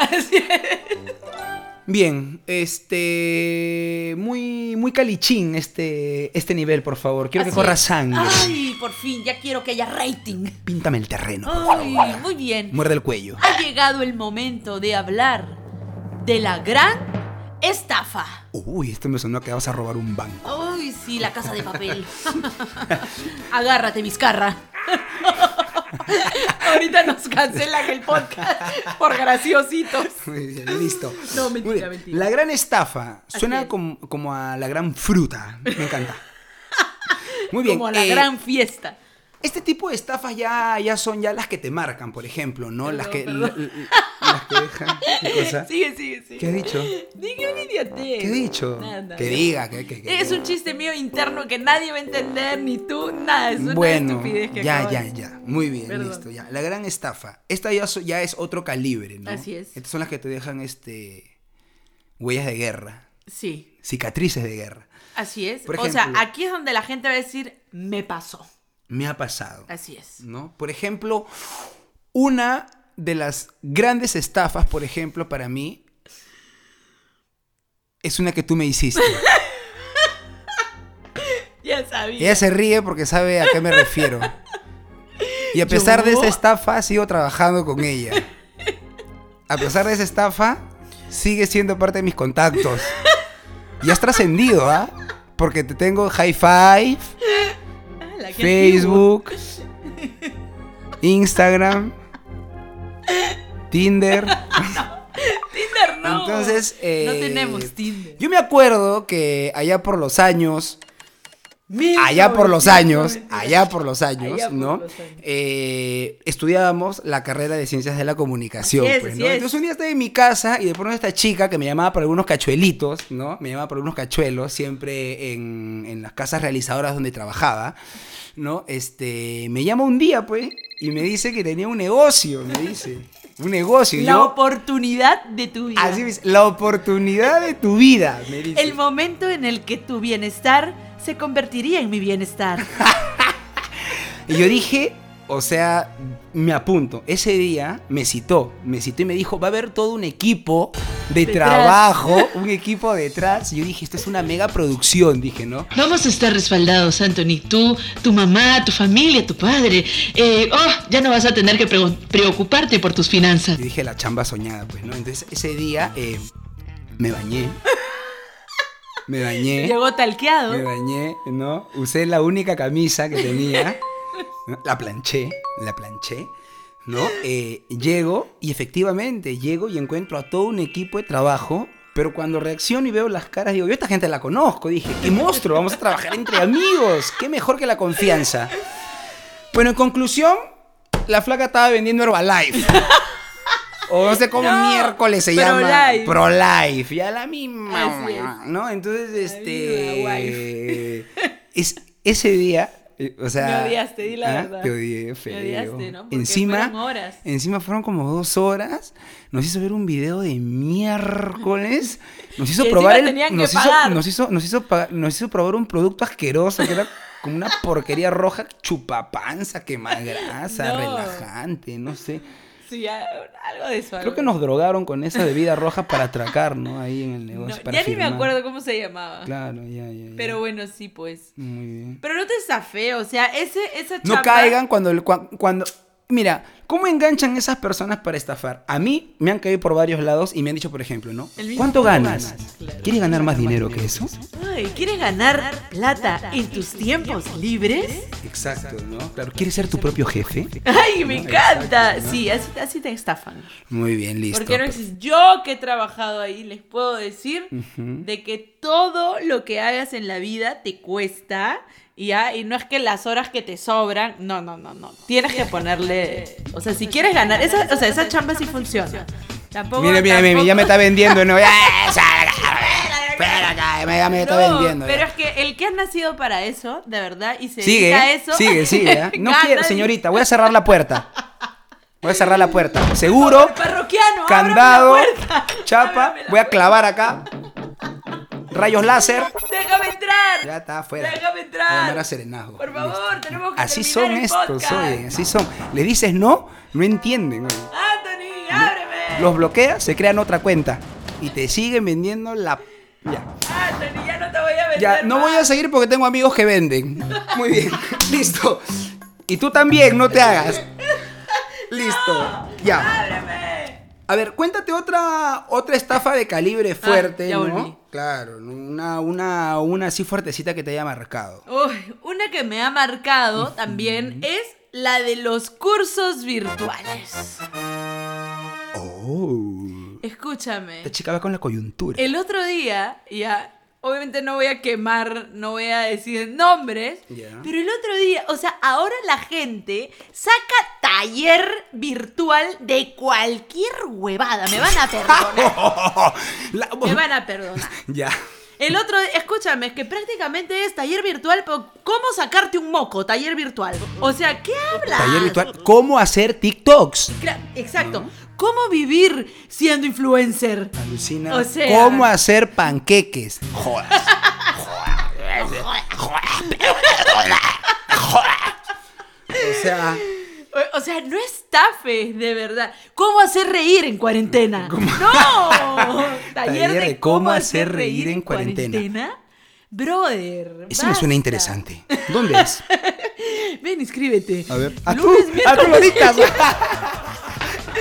Speaker 2: Bien, este. Muy, muy calichín este, este nivel, por favor. Quiero que
Speaker 1: Así
Speaker 2: corra
Speaker 1: es.
Speaker 2: sangre.
Speaker 1: Ay, por fin, ya quiero que haya rating.
Speaker 2: Píntame el terreno. por favor.
Speaker 1: Ay, muy bien.
Speaker 2: Muerde el cuello.
Speaker 1: Ha llegado el momento de hablar de la gran estafa.
Speaker 2: Uy, esto me sonó que vas a robar un banco.
Speaker 1: Ay, sí, la casa de papel. Agárrate, Vizcarra. Ahorita nos cancelan el podcast por graciositos.
Speaker 2: Muy bien, listo.
Speaker 1: Ah. No, mentira,
Speaker 2: Muy bien.
Speaker 1: mentira.
Speaker 2: La gran estafa.
Speaker 1: Así
Speaker 2: Suena
Speaker 1: es.
Speaker 2: com- como a la gran fruta. Me encanta. Muy bien.
Speaker 1: Como la
Speaker 2: eh,
Speaker 1: gran fiesta.
Speaker 2: Este tipo de estafas ya, ya son ya las que te marcan, por ejemplo, ¿no? las que
Speaker 1: Perdón,
Speaker 2: l- l- las que dejan. ¿Qué cosa?
Speaker 1: Sigue, sigue, sigue.
Speaker 2: ¿Qué he dicho?
Speaker 1: Dije un idiotez.
Speaker 2: ¿Qué he dicho?
Speaker 1: Nada.
Speaker 2: que diga, que, que- que-
Speaker 1: Es un chiste mío interno que nadie va a entender, ni tú, nada. Es una
Speaker 2: bueno,
Speaker 1: estupidez que
Speaker 2: ya,
Speaker 1: acabas
Speaker 2: ya,
Speaker 1: de-
Speaker 2: ya. Muy bien,
Speaker 1: Perdón.
Speaker 2: listo, ya. La gran estafa. Esta ya, so- ya es otro calibre, ¿no?
Speaker 1: Así es.
Speaker 2: Estas son las que te dejan este huellas de guerra,
Speaker 1: Sí,
Speaker 2: cicatrices de guerra.
Speaker 1: así es.
Speaker 2: Por
Speaker 1: o sea,
Speaker 2: ejemplo.
Speaker 1: aquí es donde la gente va a decir, me pasó.
Speaker 2: Me ha pasado,
Speaker 1: Así es.
Speaker 2: ¿no? Por ejemplo, una de las grandes estafas, por ejemplo, para mí es una que tú me hiciste.
Speaker 1: Ya sabía.
Speaker 2: Ella se ríe porque sabe a qué me refiero. Y a pesar de
Speaker 1: ¿Yo?
Speaker 2: esa estafa, sigo trabajando con ella. A pesar de esa estafa, sigue siendo parte de mis contactos. Y has trascendido, ¿ah? Porque te tengo High Five,
Speaker 1: Ah, la que
Speaker 2: Facebook, Instagram, Tinder.
Speaker 1: antiguo. Tinder no.
Speaker 2: Entonces, eh,
Speaker 1: no tenemos Tinder.
Speaker 2: Yo me acuerdo que allá por los años,
Speaker 1: Mil
Speaker 2: allá por los años,
Speaker 1: 992.
Speaker 2: allá por los años,
Speaker 1: Allá por
Speaker 2: ¿no?
Speaker 1: los años.
Speaker 2: Eh, estudiábamos la carrera de ciencias de la comunicación.
Speaker 1: Así es,
Speaker 2: pues,
Speaker 1: así
Speaker 2: ¿no?
Speaker 1: es.
Speaker 2: Entonces un día estaba en mi casa y de pronto esta chica que me llamaba por algunos cachuelitos, ¿no? Me llamaba por algunos cachuelos, siempre en, en las casas realizadoras donde trabajaba, ¿no? Este, me llama un día, pues, y me dice que tenía un negocio, me dice. Un negocio. Y
Speaker 1: La
Speaker 2: yo,
Speaker 1: oportunidad de tu vida.
Speaker 2: así me dice, la oportunidad de tu vida, me dice.
Speaker 1: El momento en el que tu bienestar se convertiría en mi bienestar.
Speaker 2: Y yo dije, o sea, me apunto. Ese día me citó, me citó y me dijo, va a haber todo un equipo de
Speaker 1: Detrás.
Speaker 2: trabajo, un equipo detrás. Y yo dije, esto es una mega producción, dije, ¿no?
Speaker 4: Vamos a estar respaldados, Anthony. Tú, tu mamá, tu familia, tu padre. Eh, oh, ya no vas a tener que preo- preocuparte por tus finanzas.
Speaker 2: Y dije, la chamba soñada, pues, ¿no? Entonces ese día eh, me bañé. Me bañé.
Speaker 1: Llegó talqueado.
Speaker 2: Me bañé, ¿no? Usé la única camisa que tenía. ¿no? La planché, la planché, ¿no? Eh, llego y efectivamente llego y encuentro a todo un equipo de trabajo. Pero cuando reacciono y veo las caras, digo, yo a esta gente la conozco. Dije, qué monstruo, vamos a trabajar entre amigos. Qué mejor que la confianza. Bueno, en conclusión, la flaca estaba vendiendo Herbalife. O no sé cómo
Speaker 1: No,
Speaker 2: miércoles se llama.
Speaker 1: Prolife.
Speaker 2: Prolife. Ya la misma.
Speaker 1: Así es.
Speaker 2: ¿No? Entonces,
Speaker 1: Ayuda,
Speaker 2: este. Es, ese día. eh, O sea,
Speaker 1: Me odiaste, di la
Speaker 2: ah,
Speaker 1: verdad.
Speaker 2: Te odié, feo.
Speaker 1: odiaste, ¿no? Porque
Speaker 2: Encima,
Speaker 1: fueron horas.
Speaker 2: encima fueron como dos horas. Nos hizo ver un video de miércoles. Nos hizo
Speaker 1: Y encima
Speaker 2: probar el,
Speaker 1: tenían que
Speaker 2: nos, hizo,
Speaker 1: pagar.
Speaker 2: nos hizo, nos hizo pagar- nos hizo probar un producto asqueroso que era como una porquería roja, chupapanza, quemagrasa,
Speaker 1: No.
Speaker 2: relajante, no sé.
Speaker 1: Sí, ya, algo de eso.
Speaker 2: Creo
Speaker 1: algo
Speaker 2: que
Speaker 1: de
Speaker 2: nos drogaron con esa bebida roja para atracar, ¿no? Ahí en el
Speaker 1: No,
Speaker 2: negocio.
Speaker 1: ya ni
Speaker 2: para
Speaker 1: me
Speaker 2: firmar.
Speaker 1: acuerdo cómo se llamaba.
Speaker 2: Claro, ya, ya. ya.
Speaker 1: Pero bueno, sí, pues.
Speaker 2: Muy bien.
Speaker 1: Pero no te estafé, o sea, ese, esa
Speaker 2: No
Speaker 1: chamba-
Speaker 2: caigan cuando, el- cua- cuando, Mira, ¿cómo enganchan esas personas para estafar? A mí me han caído por varios lados y me han dicho, por ejemplo, ¿no?
Speaker 1: El mismo
Speaker 2: ¿Cuánto
Speaker 1: que
Speaker 2: ganas?
Speaker 1: ganas, claro.
Speaker 2: ¿Quieres ganar más dinero que eso?
Speaker 1: Ay, ¿quieres ganar plata en tus tiempos libres?
Speaker 2: Exacto, ¿no? Claro, ¿quieres ser tu propio jefe?
Speaker 1: Ay, me
Speaker 2: No,
Speaker 1: encanta.
Speaker 2: exacto, ¿no?
Speaker 1: Sí, así, así te estafan.
Speaker 2: Muy bien, listo.
Speaker 1: Porque no existe. Yo que he trabajado ahí, les puedo decir
Speaker 2: Ujú.
Speaker 1: de que todo lo que hagas en la vida te cuesta. Y, ya, y no es que las horas que te sobran, no, no, no, no. Tienes que ponerle. O sea, si quieres ganar, esa, o sea, esa chamba sí funciona. Tampoco.
Speaker 2: Mira, mira, mira, ya me está
Speaker 1: tampoco-
Speaker 2: vendiendo, ¿no? Ya, sal acá, espera acá, ya me está
Speaker 1: No,
Speaker 2: vendiendo. ya.
Speaker 1: Pero es que el que ha nacido para eso, de verdad, y se
Speaker 2: Sigue,
Speaker 1: dedica a eso.
Speaker 2: sigue, sigue. ¿ah? No
Speaker 1: gana
Speaker 2: quiero,
Speaker 1: dinero.
Speaker 2: señorita, voy a cerrar la puerta. Voy a cerrar la puerta. Seguro,
Speaker 1: Parroquiano, ábreme la
Speaker 2: candado,
Speaker 1: puerta.
Speaker 2: chapa,
Speaker 1: Ábreme la
Speaker 2: voy a clavar acá. Rayos láser.
Speaker 1: Déjame entrar.
Speaker 2: Ya está afuera.
Speaker 1: Déjame
Speaker 2: Voy a
Speaker 1: entrar.
Speaker 2: llamar a serenazgo.
Speaker 1: Por favor, tenemos que
Speaker 2: Así son
Speaker 1: terminar el
Speaker 2: estos,
Speaker 1: podcast.
Speaker 2: oye, así son. Le dices no, no entienden. oye.
Speaker 1: Anthony, ábreme.
Speaker 2: Los bloqueas, se crean otra cuenta y te siguen vendiendo la... Ya.
Speaker 1: Anthony, ya no te voy a vender.
Speaker 2: Ya, no
Speaker 1: más.
Speaker 2: voy a seguir porque tengo amigos que venden. Muy bien, listo. Y tú también, no te hagas. Listo, ya.
Speaker 1: Ábreme.
Speaker 2: A ver, cuéntate otra, otra estafa de calibre fuerte,
Speaker 1: Ah, ya
Speaker 2: ¿no?
Speaker 1: volví.
Speaker 2: Claro, una, una, una así fuertecita que te haya marcado.
Speaker 1: Uy, una que me ha marcado también es la de los cursos virtuales.
Speaker 2: Oh.
Speaker 1: Escúchame.
Speaker 2: Esta chica va con la coyuntura.
Speaker 1: El otro día, ya, obviamente no voy a quemar, no voy a decir nombres,
Speaker 2: Ya.
Speaker 1: pero el otro día, o sea, ahora la gente saca taller virtual de cualquier huevada. Me van a perdonar.
Speaker 2: La-
Speaker 1: me van a perdonar.
Speaker 2: Ya.
Speaker 1: El otro, escúchame, es que prácticamente es taller virtual, pero ¿cómo sacarte un moco? Taller virtual. O sea, ¿qué hablas?
Speaker 2: Taller virtual. ¿Cómo hacer TikToks?
Speaker 1: Cla- Exacto. ¿Cómo vivir siendo influencer?
Speaker 2: Alucina.
Speaker 1: O sea-
Speaker 2: ¿Cómo hacer panqueques? Jodas. O sea,
Speaker 1: O, o sea, no estafes, de verdad. ¿Cómo hacer reír en cuarentena? ¡No!
Speaker 2: Taller de cómo hacer reír en cuarentena.
Speaker 1: Brother.
Speaker 2: eso me suena
Speaker 1: basta.
Speaker 2: interesante. ¿Dónde es?
Speaker 1: Ven, inscribete.
Speaker 2: A ver. ¿A tú?
Speaker 1: Lunes,
Speaker 2: ¿A tú lo
Speaker 1: miércoles,
Speaker 2: dictas?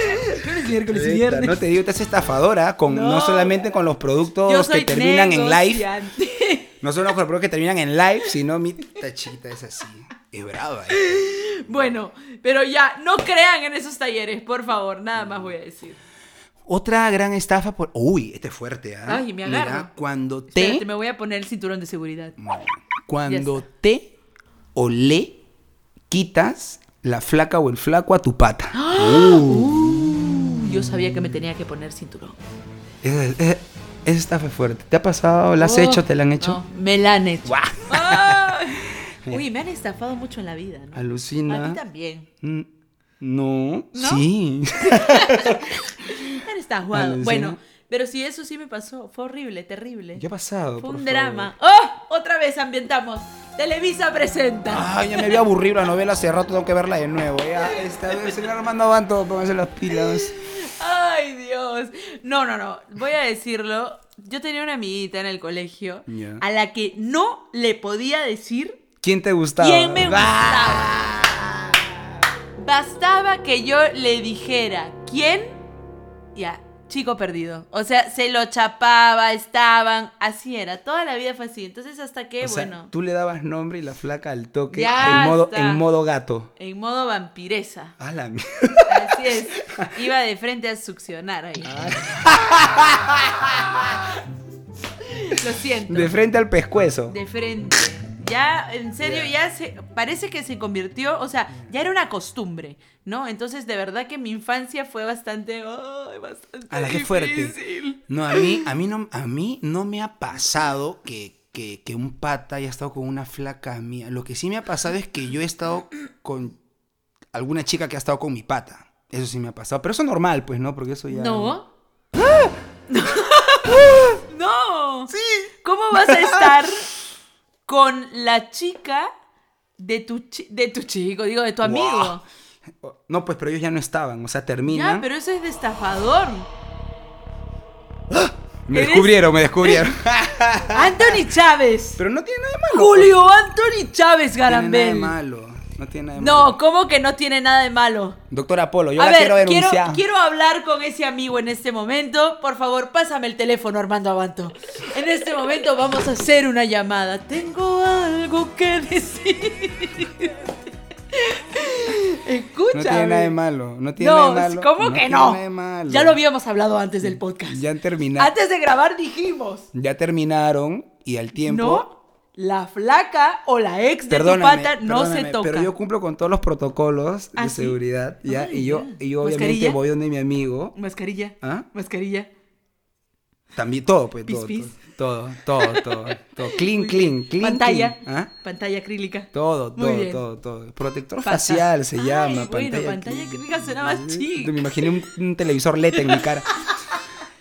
Speaker 1: lunes, miércoles y
Speaker 2: Puta,
Speaker 1: viernes.
Speaker 2: No te digo, estás estafadora con, no.
Speaker 1: No.
Speaker 2: solamente con los
Speaker 1: Yo
Speaker 2: productos
Speaker 1: soy
Speaker 2: que terminan en live,
Speaker 1: negociante.
Speaker 2: no solo con los productos que terminan en live, sino mi tachita es así. Es brava. eh.
Speaker 1: Bueno, pero ya, no crean en esos talleres, por favor. Nada más voy a decir.
Speaker 2: Otra gran estafa por. Uy, este es fuerte, ¿ah?
Speaker 1: Ay, me
Speaker 2: Mira,
Speaker 1: agarro.
Speaker 2: cuando te.
Speaker 1: Espérate, me voy a poner el cinturón de seguridad.
Speaker 2: Cuando
Speaker 1: Ya
Speaker 2: te o le quitas la flaca o el flaco a tu pata.
Speaker 1: Uh, Yo sabía que me tenía que poner cinturón.
Speaker 2: Esa, esa- esa estafa es fuerte. ¿Te ha pasado? ¿La has
Speaker 1: Oh,
Speaker 2: hecho? ¿Te la han hecho?
Speaker 1: no, me la han hecho.
Speaker 2: Guau.
Speaker 1: Ay. Uy, me han estafado mucho en la vida, ¿no? A
Speaker 2: Alucina.
Speaker 1: ti también.
Speaker 2: Mm, No,
Speaker 1: ¿No?
Speaker 2: sí.
Speaker 1: Me han estafado.
Speaker 2: Alucina.
Speaker 1: Bueno, pero sí, eso sí me pasó. Fue horrible, terrible.
Speaker 2: ¿Qué ha pasado?
Speaker 1: Fue
Speaker 2: por
Speaker 1: un
Speaker 2: favor?
Speaker 1: drama. ¡Oh! Otra vez ambientamos. Televisa presenta.
Speaker 2: Ay, ya me había aburrido la novela hace rato, tengo que verla de nuevo. Ya, esta vez, señor Armando Banto, pónganse las pilas.
Speaker 1: Ay, Dios. No, no, no. Voy a decirlo. Yo tenía una amiguita en el colegio
Speaker 2: Ya.
Speaker 1: a la que no le podía decir
Speaker 2: ¿Quién te gustaba?
Speaker 1: ¿Quién me
Speaker 2: Ah.
Speaker 1: Bastaba que yo le dijera quién, ya, chico perdido. O sea, se lo chapaba, estaban, así era. Toda la vida fue así. Entonces, hasta que,
Speaker 2: O sea,
Speaker 1: bueno,
Speaker 2: tú le dabas nombre y la flaca al toque
Speaker 1: Ya
Speaker 2: en modo,
Speaker 1: está.
Speaker 2: en modo gato.
Speaker 1: en modo vampiresa.
Speaker 2: A la mierda.
Speaker 1: Así es. Iba de frente a succionar ahí. Lo siento.
Speaker 2: Ah. De frente al pescuezo.
Speaker 1: De frente. Ya, en serio, ya se, parece que se convirtió, o sea, ya era una costumbre, ¿no? Entonces, de verdad que mi infancia fue bastante, ay, bastante
Speaker 2: A la que fuerte.
Speaker 1: difícil.
Speaker 2: No, a mí, a mí no, a mí no me ha pasado que, que, que un pata haya estado con una flaca mía. Lo que sí me ha pasado es que yo he estado con alguna chica que ha estado con mi pata. Eso sí me ha pasado. Pero eso es normal, pues, ¿no? Porque eso ya. Ah.
Speaker 1: ¿No? ¡No! Sí. ¿Cómo vas a estar con la chica de tu, chi- de tu chico, digo, de tu amigo?
Speaker 2: Guau. No, pues, pero ellos ya no estaban. O sea, terminan.
Speaker 1: Ya, pero eso es de estafador.
Speaker 2: Me
Speaker 1: eres-
Speaker 2: descubrieron, me descubrieron.
Speaker 1: Anthony Chávez.
Speaker 2: pero no tiene nada de malo. pues,
Speaker 1: Julio Anthony Chávez
Speaker 2: No tiene nada de
Speaker 1: Garambel.
Speaker 2: malo. No tiene nada de
Speaker 1: No,
Speaker 2: malo.
Speaker 1: ¿cómo que no tiene nada de malo?
Speaker 2: Doctor Apolo, yo
Speaker 1: a
Speaker 2: la
Speaker 1: ver,
Speaker 2: quiero
Speaker 1: quiero,
Speaker 2: denunciar.
Speaker 1: quiero hablar con ese amigo en este momento. Por favor, pásame el teléfono, Armando Abanto. En este momento vamos a hacer una llamada. Tengo algo que decir. Escucha.
Speaker 2: No tiene nada de malo. No tiene
Speaker 1: No,
Speaker 2: nada de malo.
Speaker 1: ¿cómo que
Speaker 2: tiene
Speaker 1: no?
Speaker 2: nada de malo.
Speaker 1: Ya lo habíamos hablado antes del podcast.
Speaker 2: Ya han terminado.
Speaker 1: Antes de grabar dijimos,
Speaker 2: Ya terminaron y al tiempo.
Speaker 1: ¿no? La flaca o la ex de tu
Speaker 2: Perdóname,
Speaker 1: pata no se
Speaker 2: perdóname,
Speaker 1: toca.
Speaker 2: Pero yo cumplo con todos los protocolos
Speaker 1: ¿Ah,
Speaker 2: de
Speaker 1: sí?
Speaker 2: seguridad. ¿ya?
Speaker 1: Ay,
Speaker 2: y yo,
Speaker 1: ya.
Speaker 2: y yo obviamente
Speaker 1: ¿Mascarilla?
Speaker 2: voy donde mi amigo.
Speaker 1: Mascarilla.
Speaker 2: ¿Ah?
Speaker 1: Mascarilla.
Speaker 2: También todo, pues.
Speaker 1: Pis,
Speaker 2: todo,
Speaker 1: pis.
Speaker 2: todo, todo, todo, todo. Clean,
Speaker 1: Muy
Speaker 2: clean,
Speaker 1: bien.
Speaker 2: clean.
Speaker 1: Pantalla.
Speaker 2: clean. ¿Ah?
Speaker 1: Pantalla acrílica.
Speaker 2: Todo,
Speaker 1: Muy
Speaker 2: todo,
Speaker 1: bien.
Speaker 2: todo, todo. Protector
Speaker 1: Panta-
Speaker 2: facial se
Speaker 1: Ay,
Speaker 2: llama.
Speaker 1: bueno, pantalla acrílica suena más chic.
Speaker 2: Me imaginé un, un televisor LED en mi cara.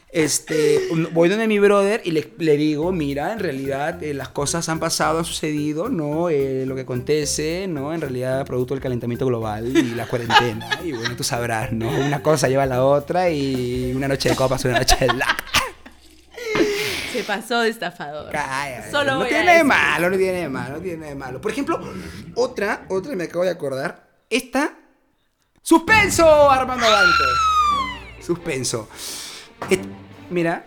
Speaker 2: Este, un- voy donde mi brother y le, le digo, mira, en realidad eh, las cosas han pasado, han sucedido, ¿no? Eh, lo que acontece, ¿no? En realidad producto del calentamiento global y la cuarentena. Y bueno, tú sabrás, ¿no? Una cosa lleva a la otra y una noche de copas, una noche de la...
Speaker 1: Se pasó de estafador.
Speaker 2: Cállate.
Speaker 1: Solo
Speaker 2: no
Speaker 1: voy a
Speaker 2: tiene de
Speaker 1: decir.
Speaker 2: malo, no tiene de malo, no tiene de malo. Por ejemplo, otra, otra me acabo de acordar. Esta. ¡Suspenso, Armando Banco! Suspenso. Et- mira,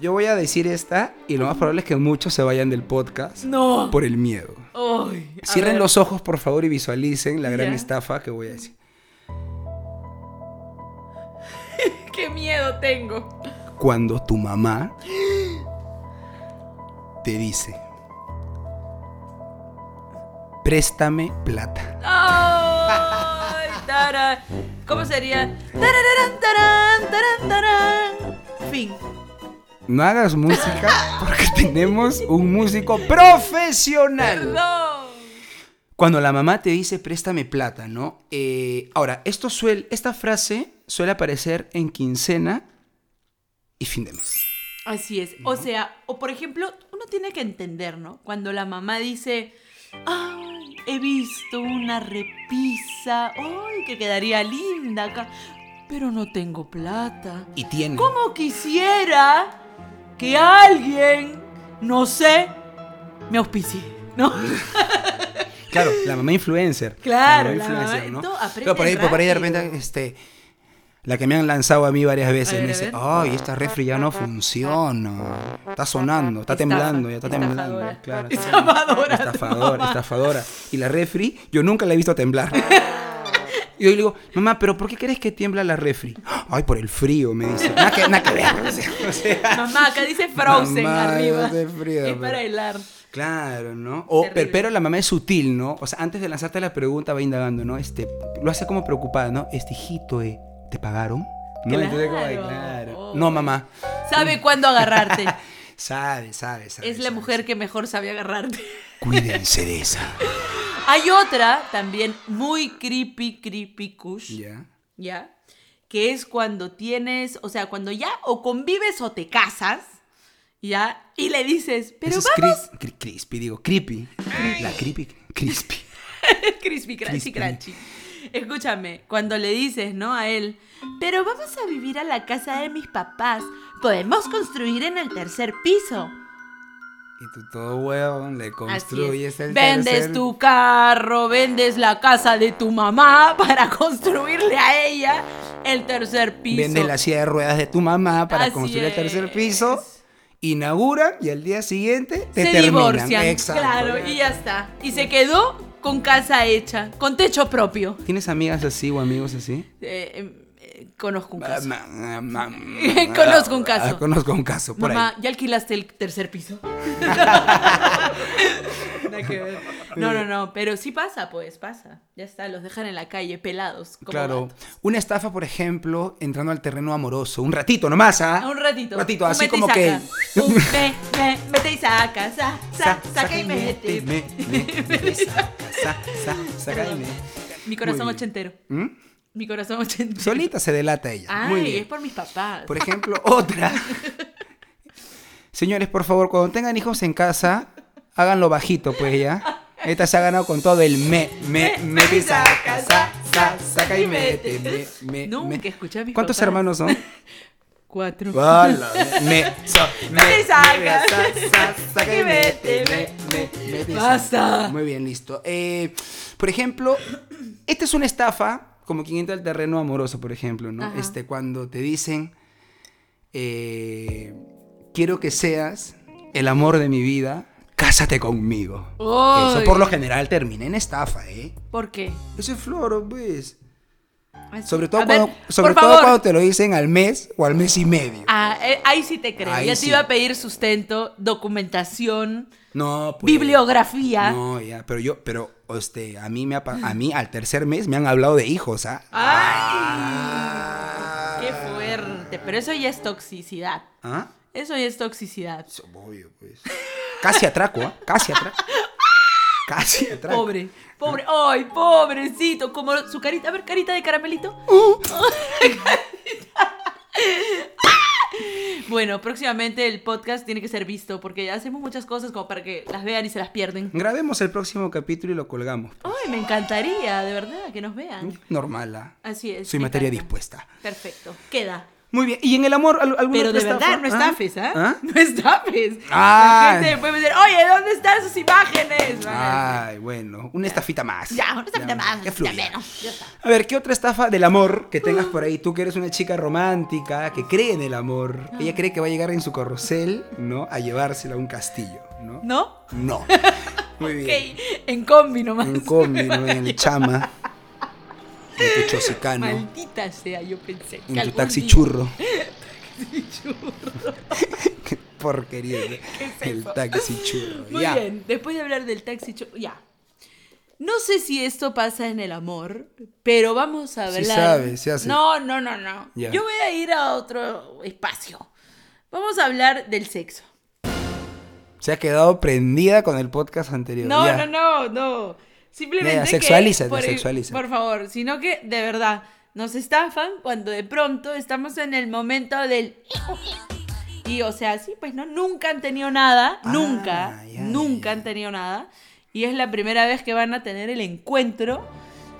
Speaker 2: yo voy a decir esta y lo más probable es que muchos se vayan del podcast
Speaker 1: No.
Speaker 2: por el miedo.
Speaker 1: Ay, a
Speaker 2: Cierren
Speaker 1: ver.
Speaker 2: los ojos, por favor, y visualicen la gran
Speaker 1: Ya.
Speaker 2: estafa que voy a decir.
Speaker 1: Qué miedo tengo.
Speaker 2: Cuando tu mamá te dice, préstame plata.
Speaker 1: Ay, tara. ¿Cómo sería? Tarararán, tarán, tarán, tarán. Fin.
Speaker 2: No hagas música porque tenemos un músico profesional.
Speaker 1: No.
Speaker 2: Cuando la mamá te dice préstame plata, ¿no? Eh, ahora, esto suel- esta frase suele aparecer en quincena y fin de mes.
Speaker 1: Así es. O sea, o por ejemplo, uno tiene que entender, ¿no? Cuando la mamá dice, ay, he visto una repisa, ay, que quedaría linda acá, pero no tengo plata.
Speaker 2: Y tiene.
Speaker 1: ¿Cómo quisiera que alguien, no sé, me auspicie? ¿No?
Speaker 2: Claro, la mamá influencer.
Speaker 1: Claro,
Speaker 2: La mamá
Speaker 1: la
Speaker 2: influencer,
Speaker 1: mamá-
Speaker 2: ¿no?
Speaker 1: todo aprende
Speaker 2: Pero por ahí, pues, por ahí de
Speaker 1: rápido.
Speaker 2: repente, este. La que me han lanzado a mí varias
Speaker 1: A
Speaker 2: veces.
Speaker 1: ver,
Speaker 2: Me
Speaker 1: a
Speaker 2: dice,
Speaker 1: ver.
Speaker 2: ay, esta refri ya no funciona. Está sonando, está
Speaker 1: Estafa,
Speaker 2: temblando, ya está temblando.
Speaker 1: estafadora.
Speaker 2: Claro, está-
Speaker 1: Estafadora. tu
Speaker 2: Estafadora,
Speaker 1: mamá.
Speaker 2: estafadora. Y la refri, yo nunca la he visto temblar. Y yo le digo, mamá, pero ¿por qué crees que tiembla la refri? Ay, por el frío, me dice. Nada que, nada que ver. O sea, o sea,
Speaker 1: Mamá, acá dice Frozen
Speaker 2: Mamá,
Speaker 1: arriba.
Speaker 2: hace frío,
Speaker 1: es
Speaker 2: pero-
Speaker 1: para bailar.
Speaker 2: claro, ¿no? O,
Speaker 1: Terrible.
Speaker 2: pero, pero la mamá es sutil, ¿no? O sea, antes de lanzarte la pregunta va indagando, ¿no? Este, lo hace como preocupada, ¿no? Este hijito, eh, ¿te pagaron? No, Entonces, como de,
Speaker 1: Claro.
Speaker 2: claro.
Speaker 1: Oh.
Speaker 2: No, mamá.
Speaker 1: Sabe cuándo agarrarte.
Speaker 2: Sabe, sabe, sabe.
Speaker 1: Es la
Speaker 2: sabe,
Speaker 1: mujer
Speaker 2: sabe.
Speaker 1: que mejor sabe agarrarte.
Speaker 2: Cuídense de esa.
Speaker 1: Hay otra también muy creepy, creepy kush.
Speaker 2: ¿Ya?
Speaker 1: ¿ya? Que es cuando tienes, o sea, cuando ya o convives o te casas, ¿ya? Y le dices, pero
Speaker 2: Eso es
Speaker 1: vamos,
Speaker 2: cri- cri- crispy, digo, creepy. La creepy, crispy.
Speaker 1: crispy, crunchy,
Speaker 2: Crispy.
Speaker 1: crunchy. Escúchame, cuando le dices, ¿no? A él, pero vamos a vivir a la casa de mis papás, podemos construir en el tercer piso.
Speaker 2: Y tú todo huevón le
Speaker 1: Así
Speaker 2: construyes
Speaker 1: es.
Speaker 2: el
Speaker 1: Vendes
Speaker 2: tercer-
Speaker 1: tu carro, vendes la casa de tu mamá para construirle a ella el tercer piso.
Speaker 2: Vendes la silla de ruedas de tu mamá para
Speaker 1: Así
Speaker 2: construir el tercer
Speaker 1: es.
Speaker 2: piso. Inauguran y al día siguiente te
Speaker 1: se
Speaker 2: terminan.
Speaker 1: divorcian.
Speaker 2: Exacto.
Speaker 1: Claro, y ya está. Y se quedó con casa hecha, con techo propio.
Speaker 2: ¿Tienes amigas así o amigos así?
Speaker 1: Eh, eh, conozco un
Speaker 2: Ah,
Speaker 1: caso.
Speaker 2: ma- ah, ma-
Speaker 1: Conozco un caso.
Speaker 2: Ah, Conozco un caso, por
Speaker 1: Mamá,
Speaker 2: ahí.
Speaker 1: ¿ya alquilaste el tercer piso? Nada que ver. No, no, no, pero sí pasa, pues, pasa. Ya está, los dejan en la calle pelados. Como
Speaker 2: Claro.
Speaker 1: gatos.
Speaker 2: Una estafa, por ejemplo, entrando al terreno amoroso. Un ratito nomás, ¿ah?
Speaker 1: A Un ratito.
Speaker 2: ratito,
Speaker 1: Un
Speaker 2: así
Speaker 1: mete y
Speaker 2: como que.
Speaker 1: saca. Un me, me, mete y saca, sa, sa, saca y mete.
Speaker 2: me- me- me- saca, sa- sa- saca y
Speaker 1: Perdón.
Speaker 2: me-
Speaker 1: Mi corazón
Speaker 2: Muy bien.
Speaker 1: ochentero.
Speaker 2: ¿Mm?
Speaker 1: Mi corazón ochentero.
Speaker 2: Solita se delata ella. Muy
Speaker 1: Ay,
Speaker 2: bien.
Speaker 1: es por mis papás.
Speaker 2: Por ejemplo, otra. Señores, por favor, cuando tengan hijos en casa, háganlo bajito, pues ya. Esta se ha ganado con todo el me, me, me, que saca, sa, sa, saca y mete, me, me, me.
Speaker 1: Nunca escuché a mis
Speaker 2: ¿Cuántos
Speaker 1: papás.
Speaker 2: hermanos son?
Speaker 1: cuatro.
Speaker 2: Bala, me, so, me,
Speaker 1: Te sacas.
Speaker 2: sa- sa- saca y
Speaker 1: Vete,
Speaker 2: mete, me, me, me, te
Speaker 1: Basta.
Speaker 2: saca. Muy bien, listo. Eh, por ejemplo, esta es una estafa, como quien entra al terreno amoroso, por ejemplo, ¿no?
Speaker 1: Ajá.
Speaker 2: Este, cuando te dicen, eh, quiero que seas el amor de mi vida, cásate conmigo. Eso
Speaker 1: Uy.
Speaker 2: por lo general termina en estafa, ¿eh?
Speaker 1: ¿Por qué?
Speaker 2: Eso es floro, pues.
Speaker 1: Así.
Speaker 2: Sobre todo,
Speaker 1: A ver,
Speaker 2: cuando, sobre
Speaker 1: por
Speaker 2: todo
Speaker 1: favor.
Speaker 2: cuando te lo dicen al mes o al mes y medio.
Speaker 1: Ah, eh, ahí sí te creo.
Speaker 2: Ahí
Speaker 1: ya
Speaker 2: sí.
Speaker 1: te iba a pedir sustento, documentación,
Speaker 2: No, pues.
Speaker 1: bibliografía.
Speaker 2: No, ya, pero yo, pero, este, a mí me ha pa- a mí al tercer mes me han hablado de hijos, ¿ah?
Speaker 1: ¡Ay! ¡Qué fuerte! Pero eso ya es toxicidad.
Speaker 2: ¿Ah?
Speaker 1: Eso ya es toxicidad.
Speaker 2: Eso, obvio, pues. Casi atraco, ¿ah? Casi atraco. Casi atraco.
Speaker 1: Pobre, pobre, ay, pobrecito, como su carita, a ver, carita de caramelito.
Speaker 2: Uh.
Speaker 1: bueno, próximamente el podcast tiene que ser visto porque hacemos muchas cosas como para que las vean y se las pierden.
Speaker 2: Grabemos el próximo capítulo y lo colgamos.
Speaker 1: Ay, me encantaría, de verdad, que nos vean.
Speaker 2: Normal, ¿ah?
Speaker 1: Así es.
Speaker 2: Soy
Speaker 1: me
Speaker 2: materia
Speaker 1: encanta.
Speaker 2: dispuesta.
Speaker 1: Perfecto, queda.
Speaker 2: Muy bien, y en el amor, ¿al- alguna
Speaker 1: Pero de
Speaker 2: otra estafa?
Speaker 1: verdad, no
Speaker 2: ¿Ah?
Speaker 1: estafes, ¿ah?
Speaker 2: ¿Ah?
Speaker 1: No estafes.
Speaker 2: Ah.
Speaker 1: La gente puede decir, oye, ¿dónde están sus imágenes? Van a decir,
Speaker 2: Ay, bueno, una estafita más.
Speaker 1: Ya, una estafita más,
Speaker 2: Que
Speaker 1: ya
Speaker 2: fluya.
Speaker 1: menos, ya está.
Speaker 2: A ver, ¿qué otra estafa del amor que tengas por ahí? Tú que eres una chica romántica, que cree en el amor. Ella cree que va a llegar en su carrusel, ¿no? A llevársela a un castillo, ¿no?
Speaker 1: ¿No?
Speaker 2: No. Muy bien.
Speaker 1: Ok, en combi nomás.
Speaker 2: En combi, ¿no? En el chama. En tu chosicano.
Speaker 1: Maldita sea, yo pensé. que
Speaker 2: En tu
Speaker 1: algún
Speaker 2: taxi
Speaker 1: día-
Speaker 2: churro.
Speaker 1: Churro.
Speaker 2: Qué porquería. ¿no? El taxi churro.
Speaker 1: Muy
Speaker 2: ya.
Speaker 1: bien, después de hablar del taxi churro, ya. No sé si esto pasa en el amor, pero vamos a hablar.
Speaker 2: Sí sabe, se hace.
Speaker 1: No, no, no, no.
Speaker 2: Ya.
Speaker 1: Yo voy a ir a otro espacio. Vamos a hablar del sexo.
Speaker 2: Se ha quedado prendida con el podcast anterior.
Speaker 1: No, no,
Speaker 2: ya.
Speaker 1: no, no. Simplemente.
Speaker 2: Ya,
Speaker 1: que
Speaker 2: sexualízate,
Speaker 1: por,
Speaker 2: sexualízate.
Speaker 1: Por favor, sino que de verdad nos estafan cuando de pronto estamos en el momento del. Y o sea, sí, pues no, nunca han tenido nada,
Speaker 2: Ah,
Speaker 1: nunca,
Speaker 2: ya,
Speaker 1: nunca
Speaker 2: ya.
Speaker 1: han tenido nada. Y es la primera vez que van a tener el encuentro.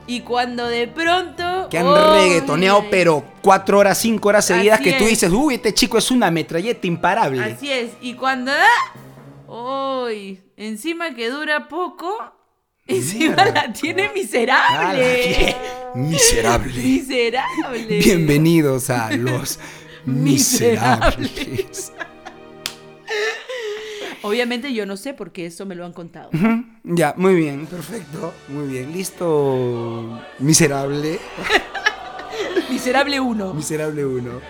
Speaker 1: Y cuando de pronto.
Speaker 2: Que han
Speaker 1: ¡ay!
Speaker 2: reggaetoneado, pero cuatro horas, cinco horas seguidas,
Speaker 1: Así
Speaker 2: que tú
Speaker 1: es.
Speaker 2: dices, uy, este chico es una metralleta imparable.
Speaker 1: Así es. Y cuando da. ¡Uy! Encima que dura poco. Encima la tiene
Speaker 2: Ah, la
Speaker 1: miserable.
Speaker 2: mie- Miserable.
Speaker 1: Miserable.
Speaker 2: Bienvenidos a los miserables.
Speaker 1: Obviamente yo no sé porque eso me lo han contado.
Speaker 2: Ujú, ya, muy bien, perfecto. Muy bien, listo. Miserable.
Speaker 1: Miserable uno.
Speaker 2: Miserable uno.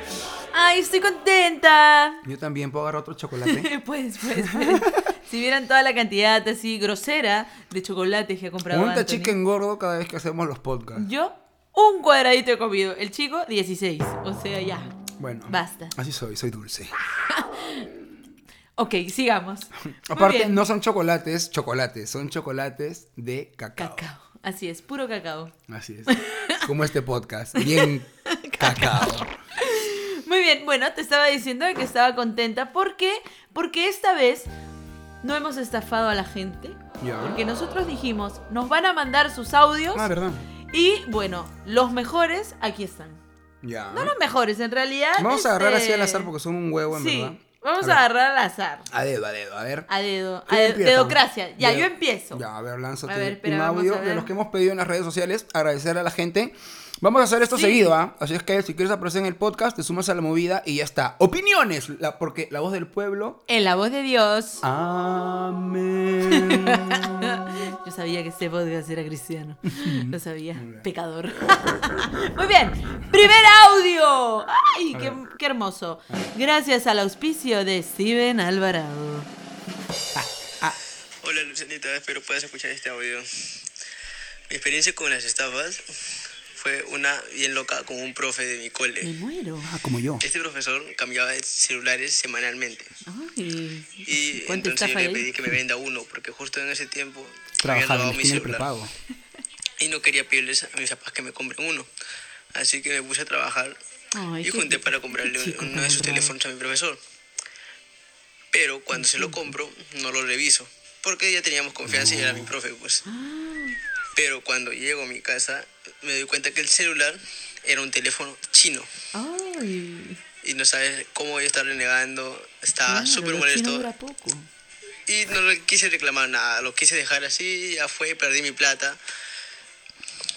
Speaker 1: Ay, estoy contenta.
Speaker 2: Yo también puedo agarrar otro chocolate.
Speaker 1: Pues, pues, pues. Si vieran toda la cantidad así grosera de chocolates que ha comprado
Speaker 2: ¿Cuánta
Speaker 1: Anthony.
Speaker 2: chica engordo cada vez que hacemos los podcasts?
Speaker 1: Yo un cuadradito he comido. El chico 16. O sea, ya.
Speaker 2: Bueno,
Speaker 1: Basta.
Speaker 2: Así soy, soy dulce.
Speaker 1: Ok, sigamos. Muy
Speaker 2: Aparte,
Speaker 1: bien.
Speaker 2: no son chocolates, chocolates, son chocolates de cacao.
Speaker 1: Cacao. Así es, puro cacao.
Speaker 2: Así es. Como este podcast. Bien cacao.
Speaker 1: Muy bien, bueno, te estaba diciendo que estaba contenta. ¿Por qué? Porque esta vez no hemos estafado a la gente.
Speaker 2: Ya.
Speaker 1: Porque nosotros dijimos, nos van a mandar sus audios.
Speaker 2: Ah, verdad.
Speaker 1: Y bueno, los mejores aquí están.
Speaker 2: Ya.
Speaker 1: No los mejores, en realidad.
Speaker 2: Ah. Vamos a agarrar así
Speaker 1: este,
Speaker 2: al azar porque son un huevo, en
Speaker 1: Sí,
Speaker 2: verdad.
Speaker 1: vamos
Speaker 2: ver.
Speaker 1: a agarrar al azar.
Speaker 2: A dedo, a dedo, a ver.
Speaker 1: A dedo.
Speaker 2: ¿Quién
Speaker 1: a de-
Speaker 2: empieza?
Speaker 1: dedocracia. Ya,
Speaker 2: Dedo.
Speaker 1: yo empiezo.
Speaker 2: Ya, a ver, lánzate
Speaker 1: A ver, espera,
Speaker 2: un
Speaker 1: vamos
Speaker 2: audio
Speaker 1: a
Speaker 2: de
Speaker 1: ver.
Speaker 2: los que hemos pedido en las redes sociales. Agradecer a la gente. Vamos a hacer esto
Speaker 1: Sí.
Speaker 2: seguido, ¿ah? Así es que si quieres aparecer en el podcast, te sumas a la movida y ya está. Opiniones, la- porque la voz del pueblo.
Speaker 1: En la voz de Dios.
Speaker 2: Amén. Ah,
Speaker 1: Yo sabía que este podcast era cristiano. Lo sabía. Pecador. Muy bien. Primer audio. ¡Ay, qué, qué hermoso! Gracias al auspicio de Steven Alvarado.
Speaker 5: Hola Lucianita, espero puedas escuchar este audio. Mi experiencia con las estafas fue una bien loca con un profe de mi
Speaker 1: Me
Speaker 5: cole.
Speaker 1: muero.
Speaker 2: Ah, como yo.
Speaker 5: Este profesor cambiaba de celulares semanalmente
Speaker 1: Ay.
Speaker 5: y
Speaker 1: ¿Cuánta
Speaker 5: entonces yo
Speaker 1: estafa
Speaker 5: le
Speaker 1: hay ahí?
Speaker 5: pedí que me venda uno porque justo en ese tiempo
Speaker 2: Trabajar
Speaker 5: había
Speaker 2: en
Speaker 5: robado
Speaker 2: la
Speaker 5: mi
Speaker 2: esquina del
Speaker 5: celular
Speaker 2: prepago.
Speaker 5: y no quería pedirles a mis papás que me compren uno. Así que me puse a trabajar
Speaker 1: Ay,
Speaker 5: y
Speaker 1: qué-
Speaker 5: junté para comprarle
Speaker 1: qué chico
Speaker 5: uno
Speaker 1: tan
Speaker 5: de sus
Speaker 1: bravo.
Speaker 5: teléfonos a mi profesor. Pero cuando se lo compro, no lo reviso, porque ya teníamos confianza y era mi profe, pues. Pero cuando llego a mi casa, me doy cuenta que el celular era un teléfono chino.
Speaker 1: Ay.
Speaker 5: y no sabes cómo ella está renegando. Estaba
Speaker 1: Claro,
Speaker 5: súper
Speaker 1: la
Speaker 5: molesto.
Speaker 1: china dura poco.
Speaker 5: Y no le quise reclamar nada, lo quise dejar así, ya fue, perdí mi plata.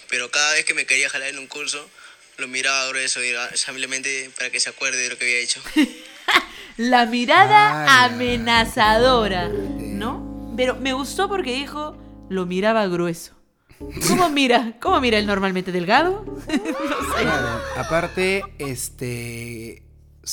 Speaker 5: Pero cada vez que me quería jalar en un curso, lo miraba grueso y era simplemente para que se acuerde de lo que había hecho.
Speaker 1: La mirada
Speaker 2: Ah, ya.
Speaker 1: amenazadora, ¿no? Pero me gustó porque dijo, lo miraba grueso. ¿Cómo mira? ¿Cómo mira él normalmente delgado?
Speaker 2: Claro, aparte, este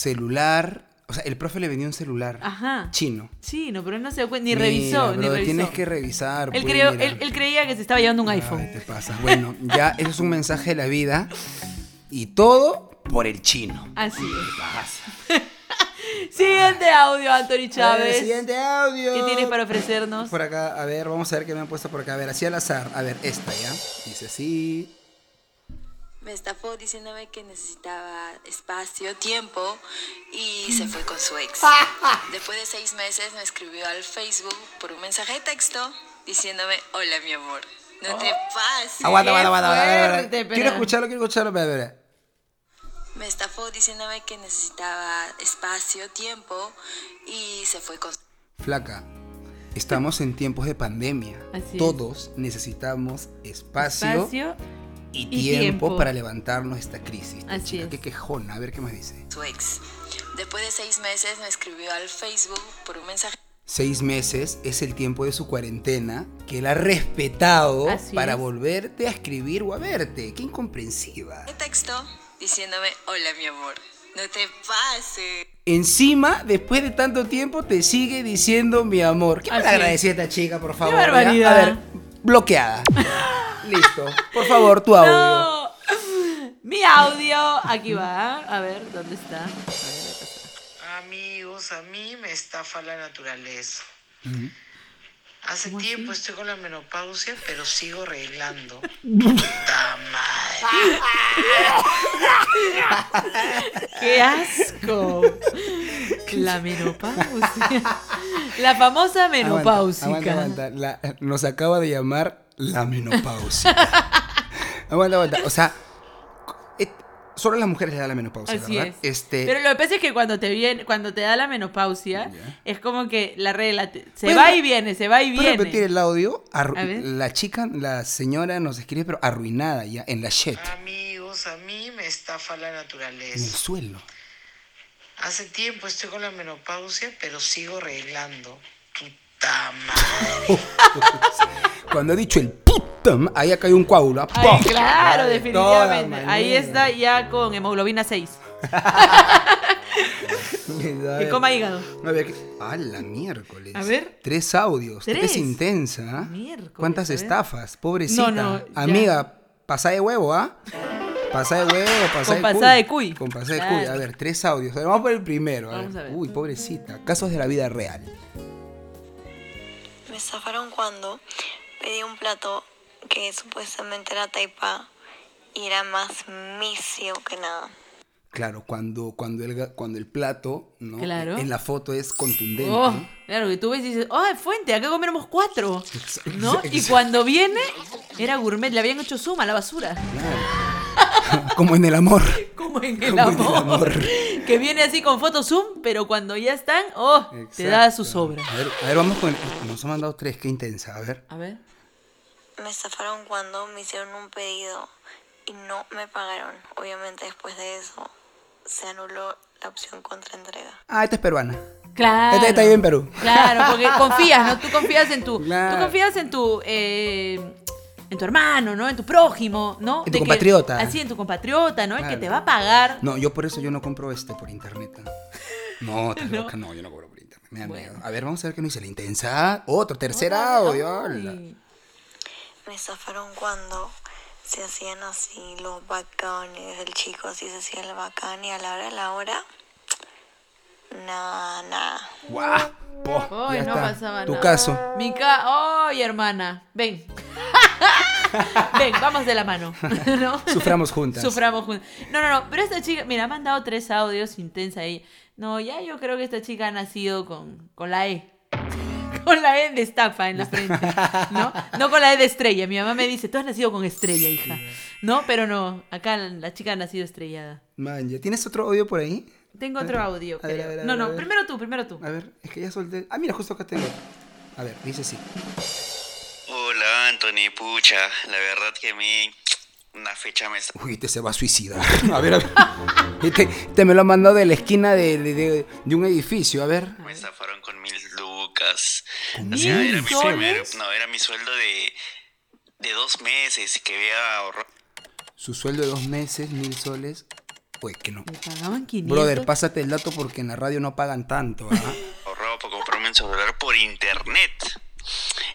Speaker 2: celular, o sea, el profe le vendió un celular
Speaker 1: Ajá.
Speaker 2: chino.
Speaker 1: Sí, no, pero él no se dio cuenta, ni
Speaker 2: Mira,
Speaker 1: revisó, ni
Speaker 2: bro,
Speaker 1: revisó.
Speaker 2: Tienes que revisar.
Speaker 1: él,
Speaker 2: pues,
Speaker 1: creyó-
Speaker 2: mira.
Speaker 1: él- él creía que se estaba llevando un
Speaker 2: Ay,
Speaker 1: iPhone.
Speaker 2: te pasas. Bueno, ya eso es un mensaje de la vida y todo por el chino.
Speaker 1: Así
Speaker 2: Te pasas.
Speaker 1: es. Siguiente audio, Anthony
Speaker 2: Eh,
Speaker 1: Chávez.
Speaker 2: Siguiente audio.
Speaker 1: ¿Qué tienes para ofrecernos?
Speaker 2: Por acá, a ver, vamos a ver qué me han puesto por acá. A ver, así al azar. A ver, esta ya. Dice así.
Speaker 6: Me estafó diciéndome que necesitaba espacio, tiempo y se fue con su ex. Después de seis meses me escribió al Facebook por un mensaje de texto diciéndome, hola mi amor, no te pases.
Speaker 2: Aguanta, aguanta, aguanta, aguanta, aguanta, aguanta.
Speaker 1: fuerte, pero-
Speaker 2: Quiero escucharlo, quiero escucharlo. A ver, a ver.
Speaker 6: Me estafó diciéndome que necesitaba espacio, tiempo y se fue con su
Speaker 2: Flaca, estamos en tiempos de pandemia.
Speaker 1: Así es.
Speaker 2: Todos necesitamos espacio,
Speaker 1: Espacio.
Speaker 2: y,
Speaker 1: y
Speaker 2: tiempo,
Speaker 1: tiempo.
Speaker 2: para levantarnos de esta crisis. Esta
Speaker 1: Así
Speaker 2: chica,
Speaker 1: es.
Speaker 2: Qué quejona. A ver qué más dice.
Speaker 6: su ex. Después de seis meses me escribió al Facebook por un mensaje
Speaker 2: Seis meses es el tiempo de su cuarentena que él ha respetado
Speaker 1: Así
Speaker 2: para
Speaker 1: es.
Speaker 2: volverte a escribir o a verte. Qué incomprensiva.
Speaker 6: de texto diciéndome, hola mi amor, no te pases.
Speaker 2: Encima, después de tanto tiempo, te sigue diciendo mi amor. ¿Qué
Speaker 1: Así
Speaker 2: mal
Speaker 1: es.
Speaker 2: agradecida esta chica, por favor? ya?
Speaker 1: barbaridad.
Speaker 2: A ver, bloqueada. Listo. Por favor, tu audio.
Speaker 1: No. Mi audio, aquí va. A ver, ¿dónde está?
Speaker 7: Amigos, a mí me estafa la naturaleza. Hace tiempo estoy con la menopausia, pero sigo arreglando. ¡Puta madre!
Speaker 1: ¡Qué asco! La menopausia. La famosa
Speaker 2: Ah, Aguanta,
Speaker 1: menopausica.
Speaker 2: aguanta, aguanta. La- nos acaba de llamar la menopausia. aguanta, aguanta. O sea, et- solo a las mujeres le da la menopausia,
Speaker 1: Así
Speaker 2: ¿verdad?
Speaker 1: es.
Speaker 2: Este,
Speaker 1: Pero lo que pasa es que cuando te viene, cuando te da la menopausia,
Speaker 2: Ya.
Speaker 1: es como que la regla te- se
Speaker 2: ¿Puedes
Speaker 1: va
Speaker 2: re-
Speaker 1: y viene, se va y
Speaker 2: ¿Puedes
Speaker 1: viene.
Speaker 2: repetir el audio? Arru-
Speaker 1: A ver.
Speaker 2: La chica, la señora nos escribe, pero arruinada ya, en la shit,
Speaker 7: Amigos, a mí me estafa la
Speaker 2: en el
Speaker 7: naturaleza.
Speaker 2: suelo.
Speaker 7: Hace tiempo estoy con la menopausia, pero sigo arreglando. ¡Puta madre!
Speaker 2: Cuando ha dicho el puta, ma- ahí ha caído un coágulo. ah,
Speaker 1: Ay,
Speaker 2: ¡pum!
Speaker 1: claro,
Speaker 2: De todas
Speaker 1: definitivamente. Ahí
Speaker 2: maneras.
Speaker 1: está ya con hemoglobina 6. Que coma hígado.
Speaker 2: A ver, ¿qué- a Ah, la miércoles.
Speaker 1: A ver.
Speaker 2: Tres audios. Tres.
Speaker 1: Tres.
Speaker 2: intensa. ¿ah?
Speaker 1: Miércoles,
Speaker 2: ¿Cuántas
Speaker 1: a ver.
Speaker 2: estafas?
Speaker 1: No,
Speaker 2: Pobrecita.
Speaker 1: no, ya.
Speaker 2: Amiga, pasá de huevo, ¿ah? Pasá de huevo, pasá
Speaker 1: Con
Speaker 2: de
Speaker 1: pasada de cuy.
Speaker 2: Con pasada de
Speaker 1: Claro.
Speaker 2: cuy. A ver, tres audios. A ver, vamos por el primero. a ver.
Speaker 1: Vamos a ver.
Speaker 2: Uy, pobrecita. Casos de la vida real.
Speaker 8: Me estafaron cuando pedí un plato que supuestamente era taipa y era más misio que nada.
Speaker 2: Claro, cuando, cuando, el, ga- cuando el plato, ¿no?
Speaker 1: Claro.
Speaker 2: En la foto es contundente.
Speaker 1: Oh,
Speaker 2: ¿no?
Speaker 1: claro, que tú ves y dices, ¡ay, fuente! Acá comiéramos cuatro. ¿No? Y
Speaker 2: exacto.
Speaker 1: cuando viene, era gourmet, le habían hecho suma a la basura.
Speaker 2: Como en el amor.
Speaker 1: Como en el,
Speaker 2: Como en el
Speaker 1: amor,
Speaker 2: amor.
Speaker 1: Que viene así con fotos zoom, pero cuando ya están, ¡oh! Te da
Speaker 2: Exacto.
Speaker 1: sus obras.
Speaker 2: A ver, a ver, vamos con. Nos han mandado tres, qué intensa. A ver.
Speaker 1: A ver.
Speaker 8: Me estafaron cuando me hicieron un pedido y no me pagaron. Obviamente después de eso se anuló la opción contra entrega.
Speaker 2: Ah, esta es peruana.
Speaker 1: Claro.
Speaker 2: Esta Este está ahí en Perú.
Speaker 1: Claro, porque confías, ¿no? Tú confías en tu.
Speaker 2: Claro.
Speaker 1: Tú confías en tu. eh, en tu hermano, ¿no? En tu prójimo, ¿no?
Speaker 2: En
Speaker 1: De
Speaker 2: tu
Speaker 1: que-
Speaker 2: compatriota.
Speaker 1: así, en tu compatriota, ¿no? El que
Speaker 2: Claro.
Speaker 1: te va a pagar.
Speaker 2: No, yo por eso yo no compro esto por internet. ¿ah? No, estás loca, no, yo no compro por internet. Me da miedo. A ver, vamos a ver qué nos dice la intensa. Otro, tercer audio. hola.
Speaker 1: Ay.
Speaker 8: Me estafaron cuando se hacían así los bacanes, el chico así se hacía el bacán y a la hora de la hora, nada, nada.
Speaker 2: Guau, po,
Speaker 1: Ay,
Speaker 2: ya
Speaker 1: no
Speaker 2: está.
Speaker 1: pasaba
Speaker 2: Tu
Speaker 1: nada.
Speaker 2: caso.
Speaker 1: Mi ca. ¡Ay, hermana! Ven. Ven, vamos de la mano. ¿no?
Speaker 2: Suframos juntas.
Speaker 1: Suframos juntas. No, no, no. Pero esta chica, mira, me han dado tres audios intensa ahí. No, ya yo creo que esta chica ha nacido con, con la E. Con la E de estafa en la frente. ¿No? No con la E de estrella. Mi mamá me dice, tú has nacido con estrella, hija. No, pero no. Acá la chica ha nacido estrellada.
Speaker 2: Man, ¿ya tienes otro audio por ahí?
Speaker 1: Tengo otro audio.
Speaker 2: A ver,
Speaker 1: creo.
Speaker 2: a ver, a
Speaker 1: no,
Speaker 2: ver, a
Speaker 1: no,
Speaker 2: ver.
Speaker 1: primero tú, primero tú.
Speaker 2: A ver, es que ya solté. Ah, mira, justo acá tengo. A ver, dice sí.
Speaker 5: Hola Anthony, pucha, la verdad que a mí una fecha me está...
Speaker 2: Uy, este se va a suicidar. A ver, a ver. Este, este me lo ha mandado de la esquina de, de- de- de un edificio. A ver.
Speaker 5: Me estafaron con mil lucas.
Speaker 1: ¿Mil
Speaker 5: sea, era mi primero,
Speaker 1: soles?
Speaker 5: no, era mi sueldo de, de dos meses que había ahorrado.
Speaker 2: Su sueldo de dos meses, mil soles. Uy, que no.
Speaker 1: Me pagaban 500.
Speaker 2: Brother, pásate el dato porque en la radio no pagan tanto. ¿ah?
Speaker 5: ahorrado para comprarme un celular por internet.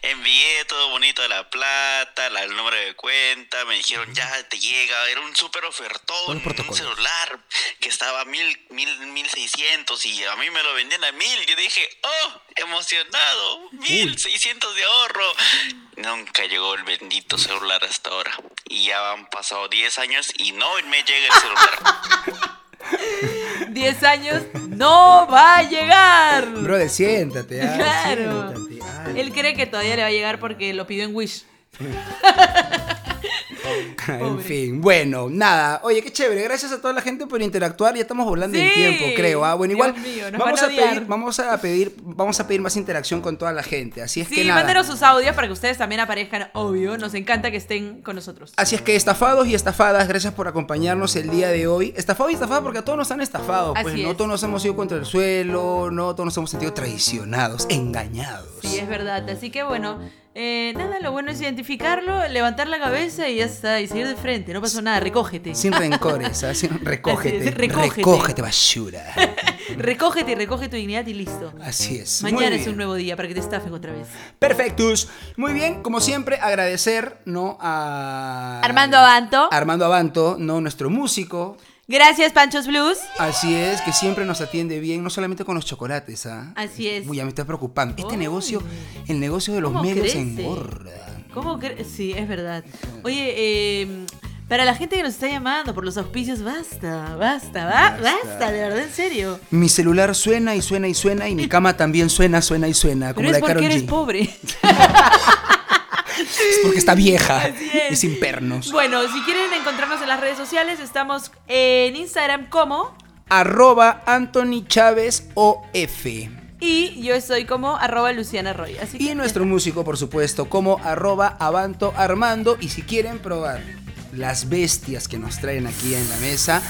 Speaker 5: Envié todo bonito la plata, la, el número de cuenta, me dijeron ya te llega, era un súper
Speaker 2: Todo el
Speaker 5: ofertón,
Speaker 2: protocolo.
Speaker 5: un celular que estaba a mil, mil, mil seiscientos y a mí me lo vendían a mil, yo dije, oh, emocionado, mil seiscientos de ahorro. Nunca llegó el bendito celular hasta ahora y ya han pasado 10 años y no me llega el celular.
Speaker 1: 10 años no va a llegar.
Speaker 2: Brother, siéntate. ah,
Speaker 1: Claro.
Speaker 2: siéntate. ah. Ay,
Speaker 1: Él cree que todavía le va a llegar porque lo pidió en Wish.
Speaker 2: en
Speaker 1: pobre.
Speaker 2: fin, bueno, nada. Oye, qué chévere. Gracias a toda la gente por interactuar. Ya estamos volando el
Speaker 1: Sí.
Speaker 2: tiempo, creo. Ah, bueno,
Speaker 1: Dios
Speaker 2: igual
Speaker 1: mío, nos
Speaker 2: vamos a,
Speaker 1: van a odiar.
Speaker 2: pedir, vamos a pedir, vamos a pedir más interacción con toda la gente. Así es que
Speaker 1: Sí,
Speaker 2: nada.
Speaker 1: mándenos sus audios para que ustedes también aparezcan, obvio. Nos encanta que estén con nosotros.
Speaker 2: Así es que estafados y estafadas, gracias por acompañarnos el día de hoy. Estafados y estafadas porque a todos nos han estafado, pues
Speaker 1: Así
Speaker 2: no
Speaker 1: es.
Speaker 2: todos nos hemos ido contra el suelo, no todos nos hemos sentido traicionados, engañados.
Speaker 1: Sí, es verdad. Así que bueno, eh, nada, lo bueno es identificarlo, levantar la cabeza y ya está, y seguir de frente. No pasó nada, recógete.
Speaker 2: Sin rencores, ¿ah? Sin- recógete,
Speaker 1: es, recógete.
Speaker 2: recógete basura.
Speaker 1: Recógete y recoge tu dignidad y listo.
Speaker 2: Así es. Ah, muy
Speaker 1: Mañana es
Speaker 2: bien.
Speaker 1: un nuevo día para que te estafen otra vez.
Speaker 2: Perfectus. Muy bien, como siempre, agradecer ¿no? a
Speaker 1: Armando Abanto.
Speaker 2: Armando Abanto, ¿no? nuestro músico.
Speaker 1: Gracias, Panchos Blues.
Speaker 2: Así es, que siempre nos atiende bien, no solamente con los chocolates, ¿ah?
Speaker 1: Así es.
Speaker 2: Uy, ya me está preocupando. Este
Speaker 1: Ay.
Speaker 2: negocio, el negocio de los
Speaker 1: ¿Cómo
Speaker 2: medios
Speaker 1: crece?
Speaker 2: engorda.
Speaker 1: ¿Cómo crees? Sí, es verdad. Oye, eh, para la gente que nos está llamando por los auspicios, basta, basta, ba- basta, de verdad, en serio.
Speaker 2: Mi celular suena y suena y suena y mi cama también suena, suena y suena, como
Speaker 1: Pero
Speaker 2: la
Speaker 1: es
Speaker 2: de Karol
Speaker 1: porque eres
Speaker 2: G.
Speaker 1: pobre.
Speaker 2: Es porque está vieja
Speaker 1: es.
Speaker 2: y sin pernos.
Speaker 1: Bueno, si quieren encontrarnos en las redes sociales, estamos en Instagram como
Speaker 2: Arroba Anthony Chávez OF.
Speaker 1: y yo estoy como arroba Luciana Roy. Así que
Speaker 2: Y nuestro músico, por supuesto, como arroba Avanto Armando. Y si quieren probar las bestias que nos traen aquí en la mesa,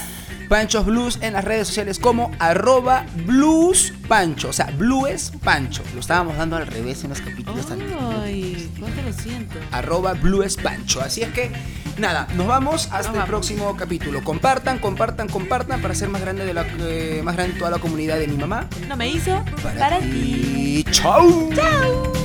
Speaker 2: Panchos Blues en las redes sociales como arroba Blues Pancho. O sea, Blues Pancho. Lo estábamos dando al revés en los capítulos
Speaker 1: Oh.
Speaker 2: anteriores.
Speaker 1: Ay, cuánto lo siento.
Speaker 2: Arroba Blues Pancho. Así es que, nada, nos vamos hasta el
Speaker 1: vamos.
Speaker 2: próximo capítulo. Compartan, compartan, compartan para ser más grande, de la, eh, más grande toda la comunidad de mi mamá.
Speaker 1: No me hizo para, ti.
Speaker 2: ¡Chao! ¡Chao!